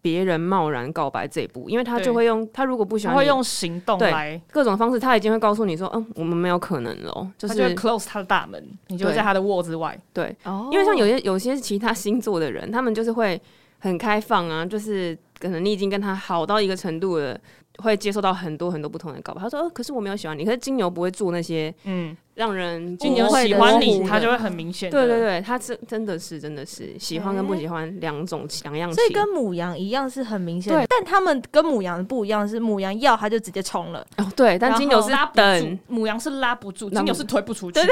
Speaker 2: 别人贸然告白这一步，因为他
Speaker 1: 对
Speaker 2: 就会用他如果不喜
Speaker 1: 他
Speaker 2: 欢
Speaker 1: 会
Speaker 2: 你
Speaker 1: 用行动
Speaker 2: 对
Speaker 1: 来
Speaker 2: 各种方式，他已经会告诉你说，嗯，我们没有可能了哦，就
Speaker 1: 他就会
Speaker 2: 是
Speaker 1: close 他的大门，你就会
Speaker 2: 对
Speaker 1: 在他的窝之外。
Speaker 2: 对，
Speaker 3: 哦
Speaker 2: 因为像有些有些其他星座的人，他们就是会很开放啊，就是可能你已经跟他好到一个程度了，会接受到很多很多不同的告白。他说，哦，可是我没有喜欢你，可是金牛不会做那些
Speaker 1: 嗯，
Speaker 2: 让人
Speaker 1: 金牛
Speaker 2: 不会
Speaker 1: 喜
Speaker 2: 的
Speaker 1: 欢
Speaker 2: 模糊
Speaker 1: 你，
Speaker 2: 的
Speaker 1: 他就会很明显。
Speaker 2: 对对，对，他真真的是真的是喜欢跟不喜欢两种
Speaker 1: 哎
Speaker 2: 两样情，
Speaker 3: 所以跟母羊一样是很明显的
Speaker 1: 对，
Speaker 3: 但他们跟母羊不一样，是母羊要他就直接冲了，
Speaker 2: 哦对，但
Speaker 3: 然
Speaker 2: 金牛
Speaker 3: 后
Speaker 2: 是
Speaker 1: 拉不住
Speaker 2: 等，
Speaker 1: 母羊是拉不住，
Speaker 2: 拉
Speaker 1: 金
Speaker 2: 不
Speaker 1: 牛
Speaker 2: 住
Speaker 1: 是推不出去。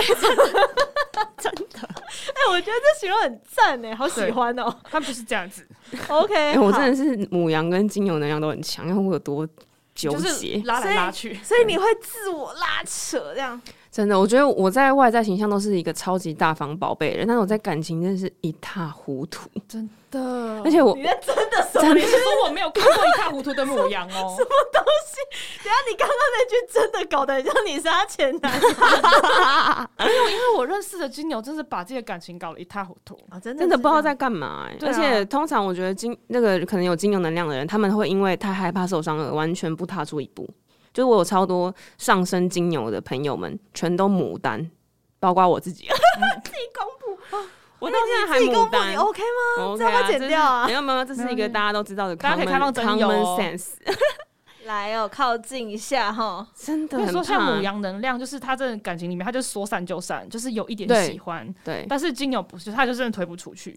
Speaker 3: 哎、我觉得这形容很赞哎，好喜
Speaker 1: 对
Speaker 3: 欢哦。
Speaker 1: 他们就是这样子，
Speaker 3: OK，、
Speaker 2: 哎、我
Speaker 3: 好
Speaker 2: 真的是母羊跟金牛能量都很强，看我有多纠
Speaker 1: 就是
Speaker 2: 结。
Speaker 1: 拉
Speaker 3: 所以
Speaker 1: 来拉去。
Speaker 3: 所以你会自我拉扯这样，
Speaker 2: 真真的，我觉得我在外在形象都是一个超级大方宝贝人，但是我在感情真的是一塌糊涂，
Speaker 1: 真的
Speaker 2: 而且我
Speaker 3: 你在真的什
Speaker 1: 我
Speaker 3: 么？
Speaker 1: 跟你说我没有看过一塌糊涂的母羊 哦，
Speaker 3: 等一下你刚刚那句真的搞得很像你是他前男友
Speaker 1: 因为我认识的金牛真是把自己的感情搞得一塌糊涂。
Speaker 3: 啊，真的
Speaker 2: 真的
Speaker 3: 是
Speaker 2: 不知道
Speaker 3: 这
Speaker 2: 在
Speaker 3: 样
Speaker 2: 干嘛、欸。
Speaker 1: 对啊
Speaker 2: 而且通常我觉得金那个可能有金牛能量的人，他们会因为太害怕受伤而完全不踏出一步。就是我有超多上升金牛的朋友们，全都牡丹，包括我 自己。
Speaker 1: 哦
Speaker 2: 我到现在还
Speaker 3: 自己公
Speaker 2: 牡
Speaker 3: 布哎你
Speaker 2: 丹。
Speaker 3: ，OK 吗？
Speaker 2: 我
Speaker 3: 这要不要剪掉啊
Speaker 2: 没有没有，这是一
Speaker 1: 没有
Speaker 2: 个大家都知道的 common,
Speaker 1: 大家可以开放征友
Speaker 2: common
Speaker 1: 哦
Speaker 2: sense，
Speaker 3: 来哦，靠近一下哈。
Speaker 2: 真的
Speaker 1: 所以
Speaker 2: 很
Speaker 1: 说，像
Speaker 2: 怕
Speaker 1: 母。羊能量，就是他这感情里面，他就说散就散，就是有一点
Speaker 2: 对
Speaker 1: 喜欢，
Speaker 2: 对，
Speaker 1: 但是金牛不是，他就真的推不出去。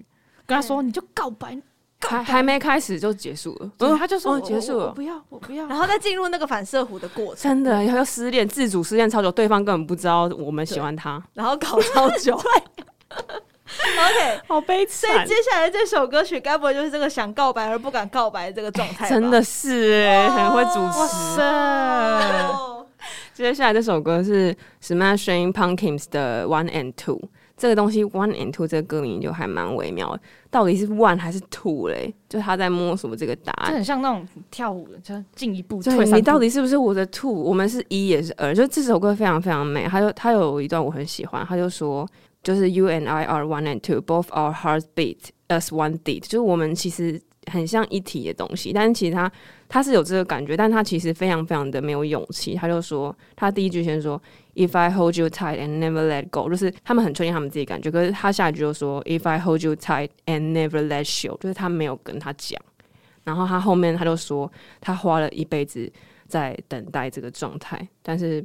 Speaker 1: 跟他说，你就告白，
Speaker 2: 还还没开始就结束了，
Speaker 1: 对
Speaker 2: 嗯
Speaker 1: 他就说
Speaker 2: 哦
Speaker 1: 我
Speaker 2: 结束
Speaker 1: 我我
Speaker 2: 了，
Speaker 1: 不要，我不要。
Speaker 3: 然后再进入那个反射弧的过程，
Speaker 2: 真的要失恋，自主失恋超久，对方根本不知道我们喜欢他，
Speaker 3: 然后搞超久。OK，
Speaker 2: 好悲
Speaker 3: 所以接下来这首歌曲该不会就是这个想告白而不敢告白的这个状态吧？
Speaker 2: 真的是哎、很会主
Speaker 1: 哇
Speaker 2: 持。
Speaker 1: 塞！
Speaker 3: 哦，
Speaker 2: 接下来这首歌是 Smashing Pumpkins 的 One and Two，这个东西 One and Two 这个歌名就还蛮微妙的，到底是 One 还是 Two 嘞？就他在摸索这个答
Speaker 1: 就
Speaker 2: 案。
Speaker 1: 很像那种跳舞的，就是进一步退
Speaker 2: 对
Speaker 1: 三步。
Speaker 2: 你到底是不是我的 two？我们是一也是二，就这首歌非常非常美。他就他有一段我很喜欢，他就说就是 You and I are one and two, both our hearts beat as one beat，就是我们其实很像一体的东西，但是其实他他是有这个感觉，但他其实非常非常的没有勇气。他就说他第一句先说 If I hold you tight and never let go，就是他们很确定他们自己感觉，可是他下一句就说 If I hold you tight and never let go，就是他没有跟他讲。然后他后面他就说，他花了一辈子在等待这个状态，但是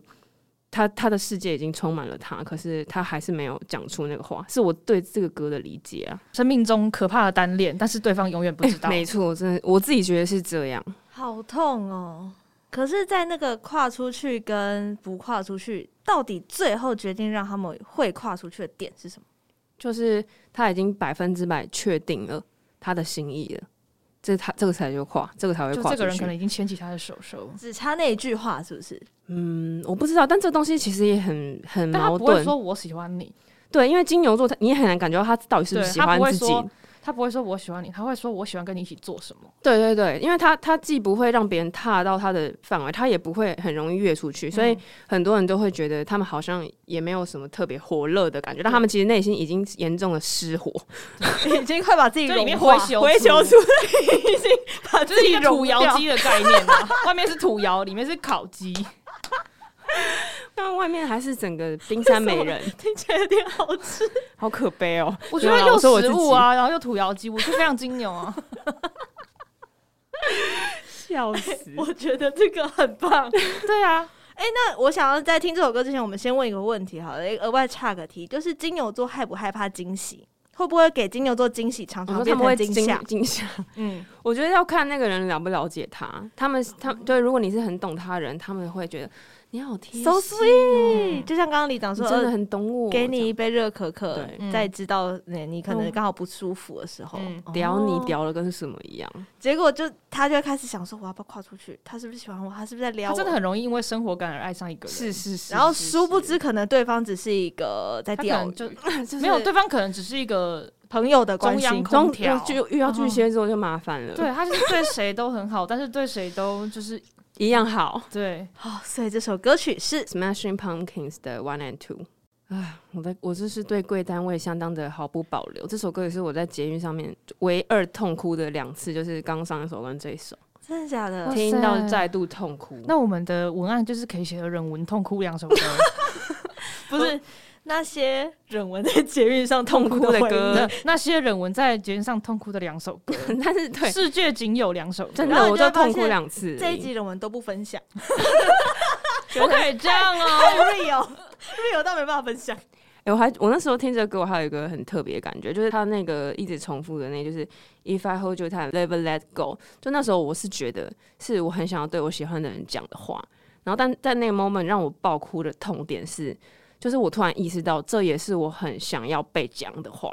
Speaker 2: 他他的世界已经充满了他，可是他还是没有讲出那个话，是我对这个歌的理解 啊。
Speaker 1: 生命中可怕的单恋，但是对方永远不知道。
Speaker 2: 没错，真的我自己觉得是这样。
Speaker 3: 好痛哦！可是，在那个跨出去跟不跨出去，到底最后决定让他们会跨出去的点是什么？
Speaker 2: 就是他已经百分之百确定了他的心意了，这他这个才就跨，这个才会
Speaker 1: 就
Speaker 2: 跨
Speaker 1: 这
Speaker 2: 出
Speaker 1: 个人
Speaker 2: 去
Speaker 1: 可能。已经牵起他的手手，
Speaker 3: 只差那一句话，是不是？
Speaker 2: 嗯，我不知道，但这个东西其实也很很
Speaker 1: 但他
Speaker 2: 矛
Speaker 1: 不会
Speaker 2: 盾。
Speaker 1: 说我喜欢你，
Speaker 2: 对，因为金牛座他你也很难感觉到他到底是不是
Speaker 1: 对
Speaker 2: 喜
Speaker 1: 他
Speaker 2: 欢
Speaker 1: 不会
Speaker 2: 自己。
Speaker 1: 说他不会说我喜欢你，他会说我喜欢跟你一起做什 么。
Speaker 2: 对对对，因为他他既不会让别人踏到他的范围，他也不会很容易越出去，所以很多人都会觉得他们好像也没有什么特别火热的感觉，但他们其实内心已经严重的失 火，
Speaker 3: 已经快把自己
Speaker 1: 就
Speaker 3: 融
Speaker 1: 里面
Speaker 3: 化
Speaker 1: 灰球
Speaker 2: 回球出
Speaker 3: 把
Speaker 1: 就是一个
Speaker 3: 融
Speaker 1: 土
Speaker 3: 掉
Speaker 1: 窑鸡的概念啊， 外面是土窑，里面是烤鸡。
Speaker 2: 但外面还是整个冰山美人，
Speaker 3: 听起来有点好吃。
Speaker 2: 好可悲哦。
Speaker 1: 我觉得
Speaker 2: 没有啦
Speaker 1: 又
Speaker 2: 我说我
Speaker 1: 食
Speaker 2: 自己
Speaker 1: 物 啊，然后又土窑鸡，我是非常金牛 啊。
Speaker 2: 笑死！
Speaker 3: 我觉得这个很棒。
Speaker 1: 对 啊，
Speaker 3: 哎那我想要在听这首歌之前，我们先问一个问题好了，额外岔个题，就是金牛座害不害怕惊喜？会不会给金牛座惊喜常
Speaker 2: 我
Speaker 3: 常
Speaker 2: 说
Speaker 3: 变
Speaker 2: 他们会
Speaker 3: 成
Speaker 2: 惊
Speaker 3: 惊吓？
Speaker 2: 惊 吓，
Speaker 1: 嗯，
Speaker 2: 我觉得要看那个人了不了解他，他们他对，如果你是很懂他的人，他们会觉得你好贴心
Speaker 3: So
Speaker 2: 哦
Speaker 3: sweet，就像刚刚李长
Speaker 2: 你
Speaker 3: 说，
Speaker 2: 真的
Speaker 3: 呃
Speaker 2: 很懂我，
Speaker 3: 给你一
Speaker 2: 这
Speaker 3: 杯热可可
Speaker 2: 对，
Speaker 1: 嗯
Speaker 3: 再知道你你可能
Speaker 2: 嗯
Speaker 3: 刚好不舒服的时候
Speaker 1: 嗯，
Speaker 3: 哦
Speaker 2: 样屌你，屌了跟什么一样。
Speaker 3: 结果就他就会开始想说，我要不要跨出去？他是不是喜欢我？他是不是在撩
Speaker 1: 他
Speaker 3: 我？
Speaker 1: 真的很容易因为生活感而爱上一个人。
Speaker 2: 是是是，
Speaker 3: 然后
Speaker 2: 是
Speaker 3: 殊不知，可能对方只是一个在
Speaker 1: 他可能
Speaker 3: 钓
Speaker 1: 就
Speaker 2: 就是
Speaker 1: 没有对方可能只是一个
Speaker 3: 朋友的关
Speaker 1: 中
Speaker 3: 系。
Speaker 1: 央空
Speaker 2: 中
Speaker 1: 调，
Speaker 2: 就遇到巨蟹座就麻烦了，
Speaker 1: 对，他啊就是对谁都很好，但是对谁都就是
Speaker 2: 一样好。
Speaker 1: 对，
Speaker 3: 哦，所以这首歌曲是
Speaker 2: Smashing Pumpkins 的 One and Two，啊，我的我这是对贵单位相当的毫不保留。这首歌也是我在捷运上面唯二痛哭的两次，就是刚上一首跟这一首，
Speaker 3: 真的假
Speaker 1: 哇
Speaker 3: 的？
Speaker 1: 塞
Speaker 2: 听到再度痛哭。
Speaker 1: 那我们的文案就是可以写的忍文痛哭两首 歌，
Speaker 3: 不
Speaker 2: 呃
Speaker 3: 是那些忍文在捷运上痛
Speaker 2: 痛
Speaker 3: 哭
Speaker 2: 哭的
Speaker 3: 回忆
Speaker 2: 歌，
Speaker 1: 那些忍文在节目上痛哭的两首歌，
Speaker 2: 但是对，
Speaker 1: 世界仅有两首歌，
Speaker 2: 真
Speaker 3: 然
Speaker 2: 的
Speaker 3: 后
Speaker 2: 我
Speaker 3: 你就会
Speaker 2: 就
Speaker 3: 发
Speaker 2: 痛哭
Speaker 3: 现
Speaker 2: 两次。
Speaker 3: 这一集忍文都不分享，
Speaker 1: 不可以这样哦、
Speaker 3: 太 real real 到没办法分享。
Speaker 2: 哎、我还我那时候听这个歌，我还有一个很特别的感觉，就是他那个一直重复的那，就是 If I hold you tight, never let go。就那时候我是觉得是我很想要对我喜欢的人讲的话，然后但在那个 moment 让我爆哭的痛点是，就是我突然意识到这也是我很想要被讲的话。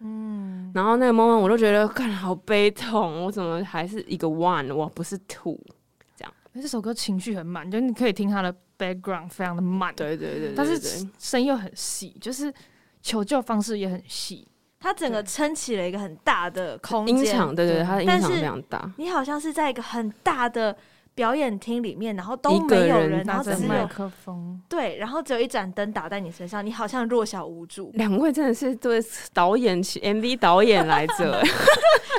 Speaker 2: 嗯，然后那个 moment 我就觉得，看好悲痛，我怎么还是一个 one，我不是 two。
Speaker 1: 哎这首歌情绪很满，就是你可以听它的 background 非常的慢，，
Speaker 2: 对对对对，
Speaker 1: 但
Speaker 2: 对
Speaker 1: 是
Speaker 2: 对
Speaker 1: 声又很细，就是求救方式也很细。
Speaker 3: 它整个撑起了一个很大的空
Speaker 2: 音
Speaker 3: 间。
Speaker 2: 场，对对对，它的音
Speaker 3: 但
Speaker 2: 场
Speaker 3: 是
Speaker 2: 非常大，
Speaker 3: 你好像是在一个很大的表演厅里面，然后
Speaker 2: 一
Speaker 3: 都
Speaker 2: 个
Speaker 3: 没有
Speaker 2: 人。
Speaker 3: 人，然
Speaker 1: 拿
Speaker 3: 后
Speaker 1: 着
Speaker 3: 只
Speaker 1: 麦
Speaker 3: 有
Speaker 1: 克风，
Speaker 3: 对，然后只有一盏灯打在你身上，你好像弱小无助
Speaker 2: 两位真的是对导演起 MV 导演来 着，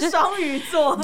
Speaker 3: 双鱼座，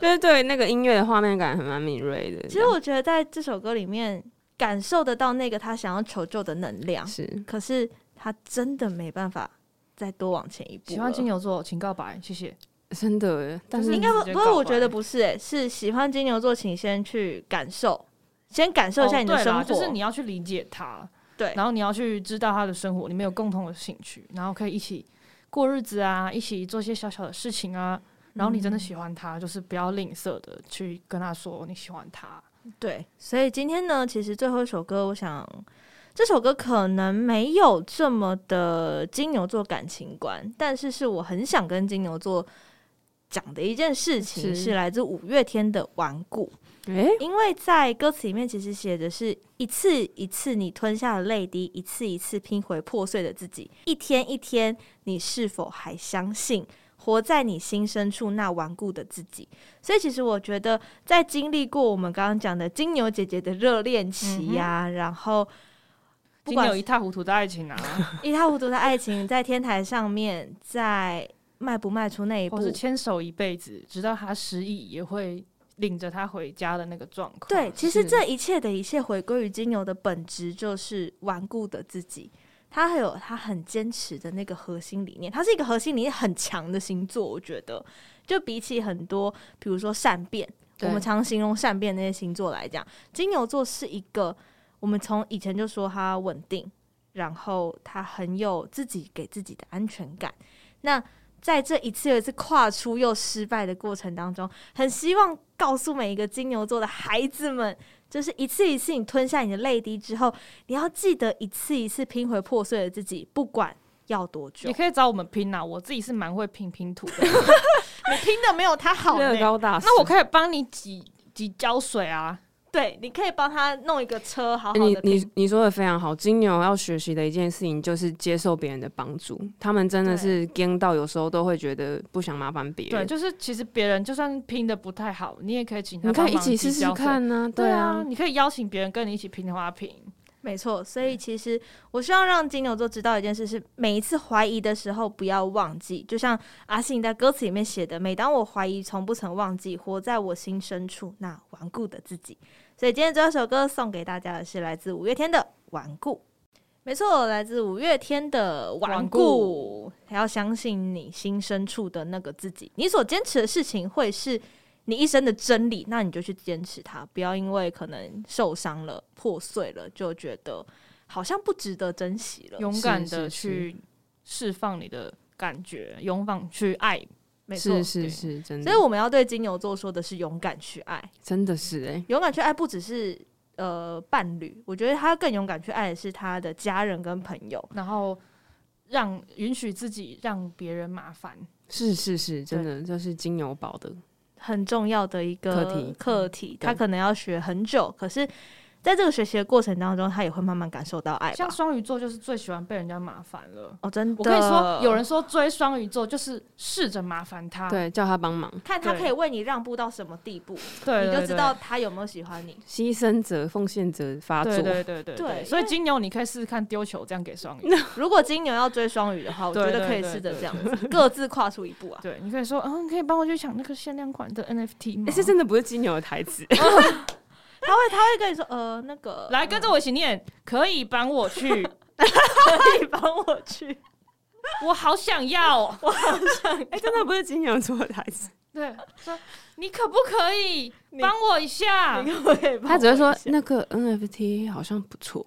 Speaker 2: 就是对那个音乐的画面感还蛮敏锐 的。
Speaker 3: 其实我觉得在这首歌里面感受得到那个他想要求救的能量，
Speaker 2: 是
Speaker 3: 可是他真的没办法再多往前一步了。
Speaker 1: 喜欢金牛座，请告白，谢谢。
Speaker 2: 真的，但
Speaker 1: 就是
Speaker 3: 应该不
Speaker 1: 直接
Speaker 3: 不
Speaker 1: 告
Speaker 3: 过我
Speaker 1: 白
Speaker 3: 觉得不是诶、是喜欢金牛座，请先去感受，先感受一下你的
Speaker 1: 哦对
Speaker 3: 生活，
Speaker 1: 啦就是你要去理解他，
Speaker 3: 对
Speaker 1: 然后你要去知道他的生活，你们有共同的兴趣，然后可以一起过日子啊，一起做一些小小的事情啊。然后你真的喜欢他，就是不要吝啬的去跟他说你喜欢他。
Speaker 3: 对，所以今天呢，其实最后一首歌，我想这首歌可能没有这么的金牛座感情观，但是是我很想跟金牛座讲的一件事情，
Speaker 2: 是
Speaker 3: 是来自五月天的《顽固
Speaker 2: 哎》，，
Speaker 3: 因为在歌词里面其实写的是一次一次你吞下的泪滴，一次一次拼回破碎的自己，一天一天，你是否还相信？活在你心深处那顽固的自己，所以其实我觉得在经历过我们刚刚讲的金牛姐姐的热恋期呀、然后不
Speaker 1: 嗯金
Speaker 3: 管
Speaker 1: 牛
Speaker 3: 是
Speaker 1: 一塌糊涂的爱情啊，
Speaker 3: 一塌糊涂的爱情，在天台上面，在迈不迈出那一
Speaker 1: 或
Speaker 3: 步，
Speaker 1: 是牵手一辈子，直到他失忆也会领着他回家的那个状况。
Speaker 3: 对，其实
Speaker 2: 是
Speaker 3: 这一切的一切回归于金牛的本质，就是顽固的自己。他还有他很坚持的那个核心理念，他是一个核心理念很强的星座，我觉得，就比起很多，比如说善变，我
Speaker 2: 对
Speaker 3: 们常形容善变那些星座来讲，金牛座是一个，我们从以前就说他稳定，然后他很有自己给自己的安全感。那在这一次又一次跨出又失败的过程当中，很希望告诉每一个金牛座的孩子们，就是一次一次你吞下你的泪滴之后，你要记得一次一次拼回破碎的自己，不管要多久
Speaker 1: 你，可以找我们拼啊，我自己是蛮会拼拼图的。
Speaker 3: 你拼的没有他好呢
Speaker 2: 乐高大师，
Speaker 1: 那我可以帮你挤挤胶水啊，
Speaker 3: 对，你可以帮他弄一个车，好好
Speaker 2: 欸你
Speaker 3: 的
Speaker 2: 你
Speaker 3: 拼。
Speaker 2: 你说的非常好，金牛要学习的一件事情就是接受别人的帮助，他们真的是跟到有时候都会觉得不想麻烦别
Speaker 1: 对，
Speaker 2: 人。
Speaker 1: 就是其实别人就算拼的不太好，你也可以请他
Speaker 2: 你可以
Speaker 1: 帮
Speaker 2: 一
Speaker 1: 忙
Speaker 2: 起试
Speaker 1: 挤
Speaker 2: 试
Speaker 1: 胶水
Speaker 2: 看呢、
Speaker 1: 对啊，
Speaker 2: 啊，
Speaker 1: 你可以邀请别人跟你一起拼花瓶。
Speaker 3: 没错，所以其实我希望让金牛座知道一件事是：每一次怀疑的时候，不要忘记。就像阿信在歌词里面写的：“每当我怀疑，从不曾忘记，活在我心深处那顽固的自己。”所以今天这首歌送给大家的是来自五月天的《顽固》。没错，来自五月天的《顽
Speaker 1: 顽
Speaker 3: 固》，还要相信你心深处的那个自己，你所坚持的事情会是你一生的真理，那你就去坚持它，不要因为可能受伤了、破碎了，就觉得好像不值得珍惜了。
Speaker 1: 勇敢的
Speaker 2: 是是
Speaker 1: 去释放你的感觉，勇敢去爱。
Speaker 3: 没错
Speaker 2: 是，是
Speaker 1: 对
Speaker 2: 是，真的
Speaker 3: 所以，我们要对金牛座说的是勇敢去爱，
Speaker 2: 真的是哎、欸
Speaker 3: 勇敢去爱不只是呃伴侣，我觉得他更勇敢去爱的是他的家人跟朋友。
Speaker 1: 然后让允许自己让别人麻烦。
Speaker 2: 是是是，真的这是金牛宝的，
Speaker 3: 很重要的一个
Speaker 2: 课题
Speaker 3: 课题，
Speaker 2: 对
Speaker 3: 他可能要学很久，可是在这个学习的过程当中，他也会慢慢感受到爱吧
Speaker 1: 像。双鱼座就是最喜欢被人家麻烦了。
Speaker 3: 哦，真的，
Speaker 1: 我跟你说，有人说追双鱼座就是试着麻烦他，
Speaker 2: 对，叫他帮忙，
Speaker 3: 看他
Speaker 1: 对
Speaker 3: 可以为你让步到什么地步，
Speaker 1: 对，
Speaker 3: 你
Speaker 1: 对
Speaker 3: 就知道。他有没有喜欢你。
Speaker 2: 牺牲者奉献者发作，
Speaker 1: 对对对对
Speaker 3: 对因为
Speaker 1: 所以金牛你可以试试看丢球这样给 双鱼，
Speaker 3: 如果金牛要追双鱼的话，我觉
Speaker 1: 对对
Speaker 3: 得可以
Speaker 1: 对
Speaker 3: 试着
Speaker 1: 对
Speaker 3: 这样子，各自跨出一步啊。
Speaker 1: 对，你可以说，嗯，你可以帮我去抢那个限量款的 NFT 吗
Speaker 2: 欸？这真的不是金牛的台 词，
Speaker 3: 他会，他会跟你说，呃，那个
Speaker 1: 来跟着我一起念，可以帮我 去，
Speaker 3: 可以帮我去。
Speaker 1: 我好想要。
Speaker 2: 哎、真的不是金牛座的台词，
Speaker 1: 对，说你可不可以
Speaker 3: 你
Speaker 1: 帮我一下？
Speaker 3: 你可不可以帮
Speaker 2: 他只会
Speaker 3: 我
Speaker 2: 说
Speaker 3: 一下
Speaker 2: 那个 NFT 好像不错，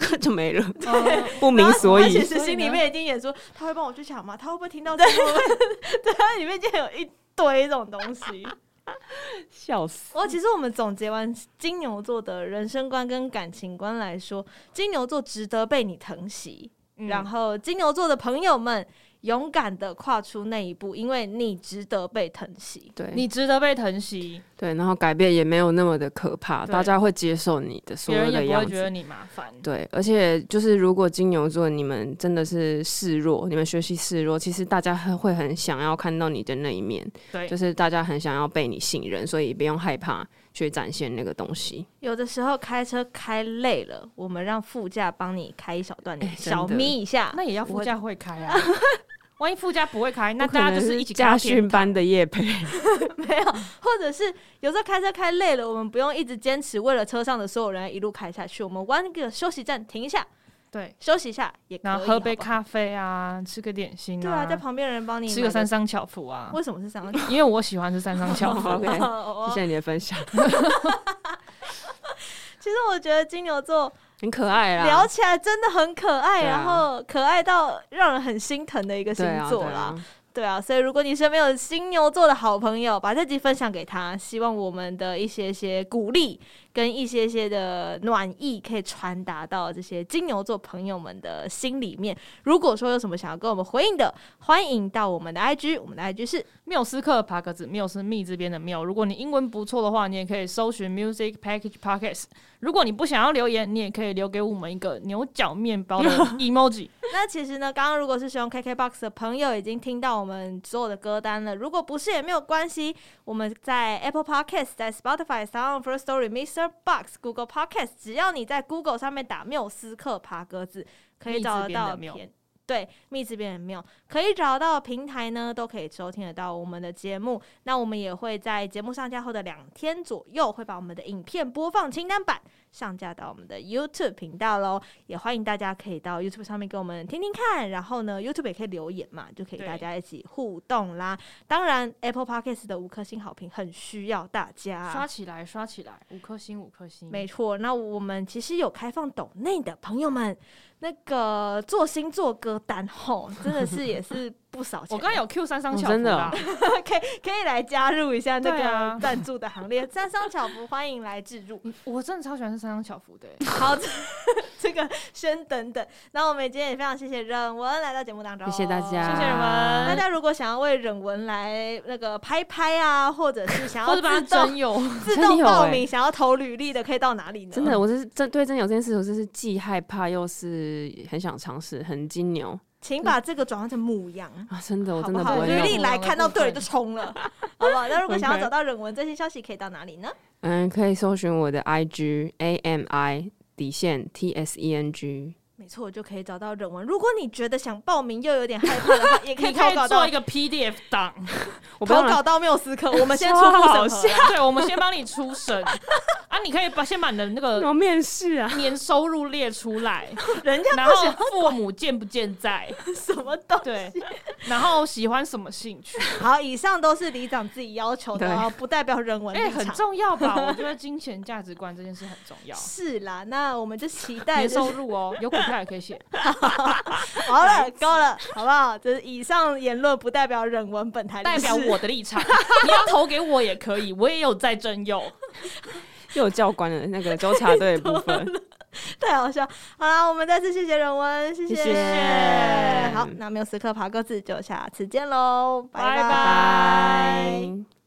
Speaker 2: 就没了，
Speaker 1: 呃
Speaker 2: 不明所
Speaker 3: 他
Speaker 2: 以
Speaker 3: 其。实心里面已经演说，他会帮我去抢吗？他会不会听到这个？ 对，他里面已经有一堆这种东西。
Speaker 2: 笑死！
Speaker 3: 哦，其实我们总结完金牛座的人生观跟感情观来说，金牛座值得被你疼惜，
Speaker 1: 嗯
Speaker 3: 然后金牛座的朋友们勇敢的跨出那一步，因为你值得被疼惜。
Speaker 2: 对，
Speaker 1: 你值得被疼惜，
Speaker 2: 对，然后改变也没有那么的可怕，
Speaker 1: 对
Speaker 2: 大家会接受你的所
Speaker 1: 别
Speaker 2: 有
Speaker 1: 人
Speaker 2: 的
Speaker 1: 也不
Speaker 2: 样
Speaker 1: 会觉得
Speaker 2: 子。
Speaker 1: 你麻烦。
Speaker 2: 对，而且就是如果金牛座你们真的是示弱，你们学习示弱，其实大家很会很想要看到你的那一面，
Speaker 1: 对，
Speaker 2: 就是大家很想要被你信任，所以不用害怕去展现那个东西。
Speaker 3: 有的时候开车开累了，我们让副驾帮你开一小段，你
Speaker 2: 哎真的
Speaker 3: 小眯一下。
Speaker 1: 那也要副驾会开 啊。万一副驾不会开，那
Speaker 2: 不可
Speaker 1: 大家就
Speaker 2: 能
Speaker 1: 是一起开到
Speaker 2: 家
Speaker 1: 天
Speaker 2: 训班的夜培，
Speaker 3: 没有，或者是有时候开车开累了，我们不用一直坚持为了车上的所有人一路开下去，我们弯个休息站停一下，
Speaker 1: 对，
Speaker 3: 休息一下也可以。
Speaker 1: 然后喝杯
Speaker 3: 好
Speaker 1: 咖啡啊，吃个点心
Speaker 3: 不好对啊，在旁边的人帮你
Speaker 1: 吃个
Speaker 3: 买
Speaker 1: 三商巧福啊，
Speaker 3: 为什么是三个？
Speaker 1: 因为我喜欢吃三商巧福。
Speaker 2: OK，谢
Speaker 3: 哦
Speaker 2: 谢你的分享，
Speaker 3: 其实我觉得金牛座
Speaker 2: 很可爱啦。
Speaker 3: 聊起来真的很可爱，
Speaker 2: 啊对啊
Speaker 3: 然后可爱到让人很心疼的一个星
Speaker 2: 对啊，
Speaker 3: 座
Speaker 2: 对
Speaker 3: 啦。
Speaker 2: 啊
Speaker 3: 对啊，所以如果你身边有金牛座的好朋友，把这集分享给他，希望我们的一些些鼓励跟一些些的暖意可以传达到这些金牛座朋友们的心里面。如果说有什么想要跟我们回应的，欢迎到我们的 IG，我们的 IG 是
Speaker 1: 缪斯克爬格子，缪是密这边的缪。如果你英文不错的话，你也可以搜寻 Music Package Podcast。如果你不想要留言，你也可以留给我们一个牛角面 包的 emoji。
Speaker 3: 那其实呢，刚刚如果是使用 KKBOX 的朋友，已经听到我们所有的歌单了。如果不是也没有关系，我们在 Apple Podcast、在 Spotify、Sound First Story、Mr. Box、Google Podcast，只要你在 Google 上面打“缪斯克爬格子”，可以找得
Speaker 1: 密字边的
Speaker 3: 到
Speaker 1: 缪
Speaker 3: 片。对，密字边的缪可以找到平台呢，都可以收听得到我们的节目。那我们也会在节目上架后的两天左右，会把我们的影片播放清单版上架到我们的 YouTube 频道喽。也欢迎大家可以到 YouTube 上面给我们听听看，然后呢，YouTube 也可以留言嘛，就可以
Speaker 1: 对
Speaker 3: 大家一起互动啦。当然，Apple Podcast 的五颗星好评很需要大
Speaker 1: 刷
Speaker 3: 家。
Speaker 1: 起来，刷起来，五颗星，五颗星。
Speaker 3: 啊没错，那我们其实有开放抖内的朋友们，那个做星座歌单吼，真的是也是不少钱。
Speaker 1: 我刚刚有 Q 三商巧
Speaker 2: 哦
Speaker 1: 福
Speaker 2: 真的
Speaker 1: 啦
Speaker 2: 哦，
Speaker 3: 可以可以来加入一下那
Speaker 1: 对啊
Speaker 3: 个赞助的行列，三商巧福欢迎来置入。
Speaker 1: 我真的超喜欢吃三商巧福的欸、
Speaker 3: 好， 这这个先等等。那我们今天也非常谢谢任文来到节目当中，
Speaker 2: 啊谢谢大家，
Speaker 1: 谢谢人文
Speaker 3: 大家如果想要为忍文来那个拍拍啊，或者是想
Speaker 1: 或
Speaker 3: 要
Speaker 1: 者把它
Speaker 3: 自动
Speaker 1: 真有，
Speaker 3: 自
Speaker 2: 真的
Speaker 3: 动
Speaker 2: 有
Speaker 3: 报
Speaker 2: 欸
Speaker 3: 名、想要投履历的，可以到哪里呢？
Speaker 2: 真的，，我是真对真有这件事，我真是既害怕又是很想尝试，很金牛
Speaker 3: 请把这个转换成母羊。
Speaker 2: 啊！真的，我
Speaker 1: 好
Speaker 2: 真
Speaker 1: 不
Speaker 2: 的
Speaker 1: 好
Speaker 2: 不会
Speaker 3: 履
Speaker 1: 有
Speaker 3: 历
Speaker 2: 用。
Speaker 3: 来看到对了就冲了，好不好？那如果 想要
Speaker 2: OK
Speaker 3: 找到忍文最新消息，可以到哪里呢？
Speaker 2: 嗯，可以搜寻我的 IG A M I 底线 T S E N G。
Speaker 3: 没错，就可以找到忍文。如果你觉得想报名又有点害怕的 话，也可以
Speaker 1: 你
Speaker 3: 投
Speaker 1: 可以
Speaker 3: 稿到
Speaker 1: 做一个 PDF 档，
Speaker 2: 我不
Speaker 3: 投
Speaker 2: 用
Speaker 3: 稿
Speaker 2: 来，
Speaker 3: 到缪斯克，我们先出
Speaker 2: 超
Speaker 3: 复
Speaker 2: 好
Speaker 3: 审核
Speaker 2: 笑。
Speaker 1: 对，我们先帮你出审啊，你可以把先把你的那
Speaker 2: 怎
Speaker 1: 个
Speaker 2: 么面试啊？
Speaker 1: 年收入列出来，
Speaker 3: 人家
Speaker 1: 然后父母健不健 在，
Speaker 3: 什么都
Speaker 1: 对，然后喜欢什么兴趣，
Speaker 3: 好，以上都是里长自己要求的，
Speaker 2: 对
Speaker 3: 哦，不代表人文
Speaker 1: 哎、
Speaker 3: 立
Speaker 1: 很
Speaker 3: 场。
Speaker 1: 重要吧？我觉得金钱价值观这件事很重 要。
Speaker 3: 是啦，那我们就期待
Speaker 1: 年
Speaker 3: 就是
Speaker 1: 收入哦，有股票也可以写。
Speaker 3: 好了，够了，好不好？就是以上言论不代表人文本台立
Speaker 1: 代
Speaker 3: 场，
Speaker 1: 表我的立场，你要投给我也可以，我也有在征友。
Speaker 2: 又有教官的那个纠察队的部分。
Speaker 3: 太好笑。好啦，我们再次谢谢人文，谢
Speaker 2: 谢谢
Speaker 3: 好，那缪斯克爬格子就下次见喽，拜
Speaker 1: 拜
Speaker 3: 拜
Speaker 1: 拜
Speaker 2: 拜。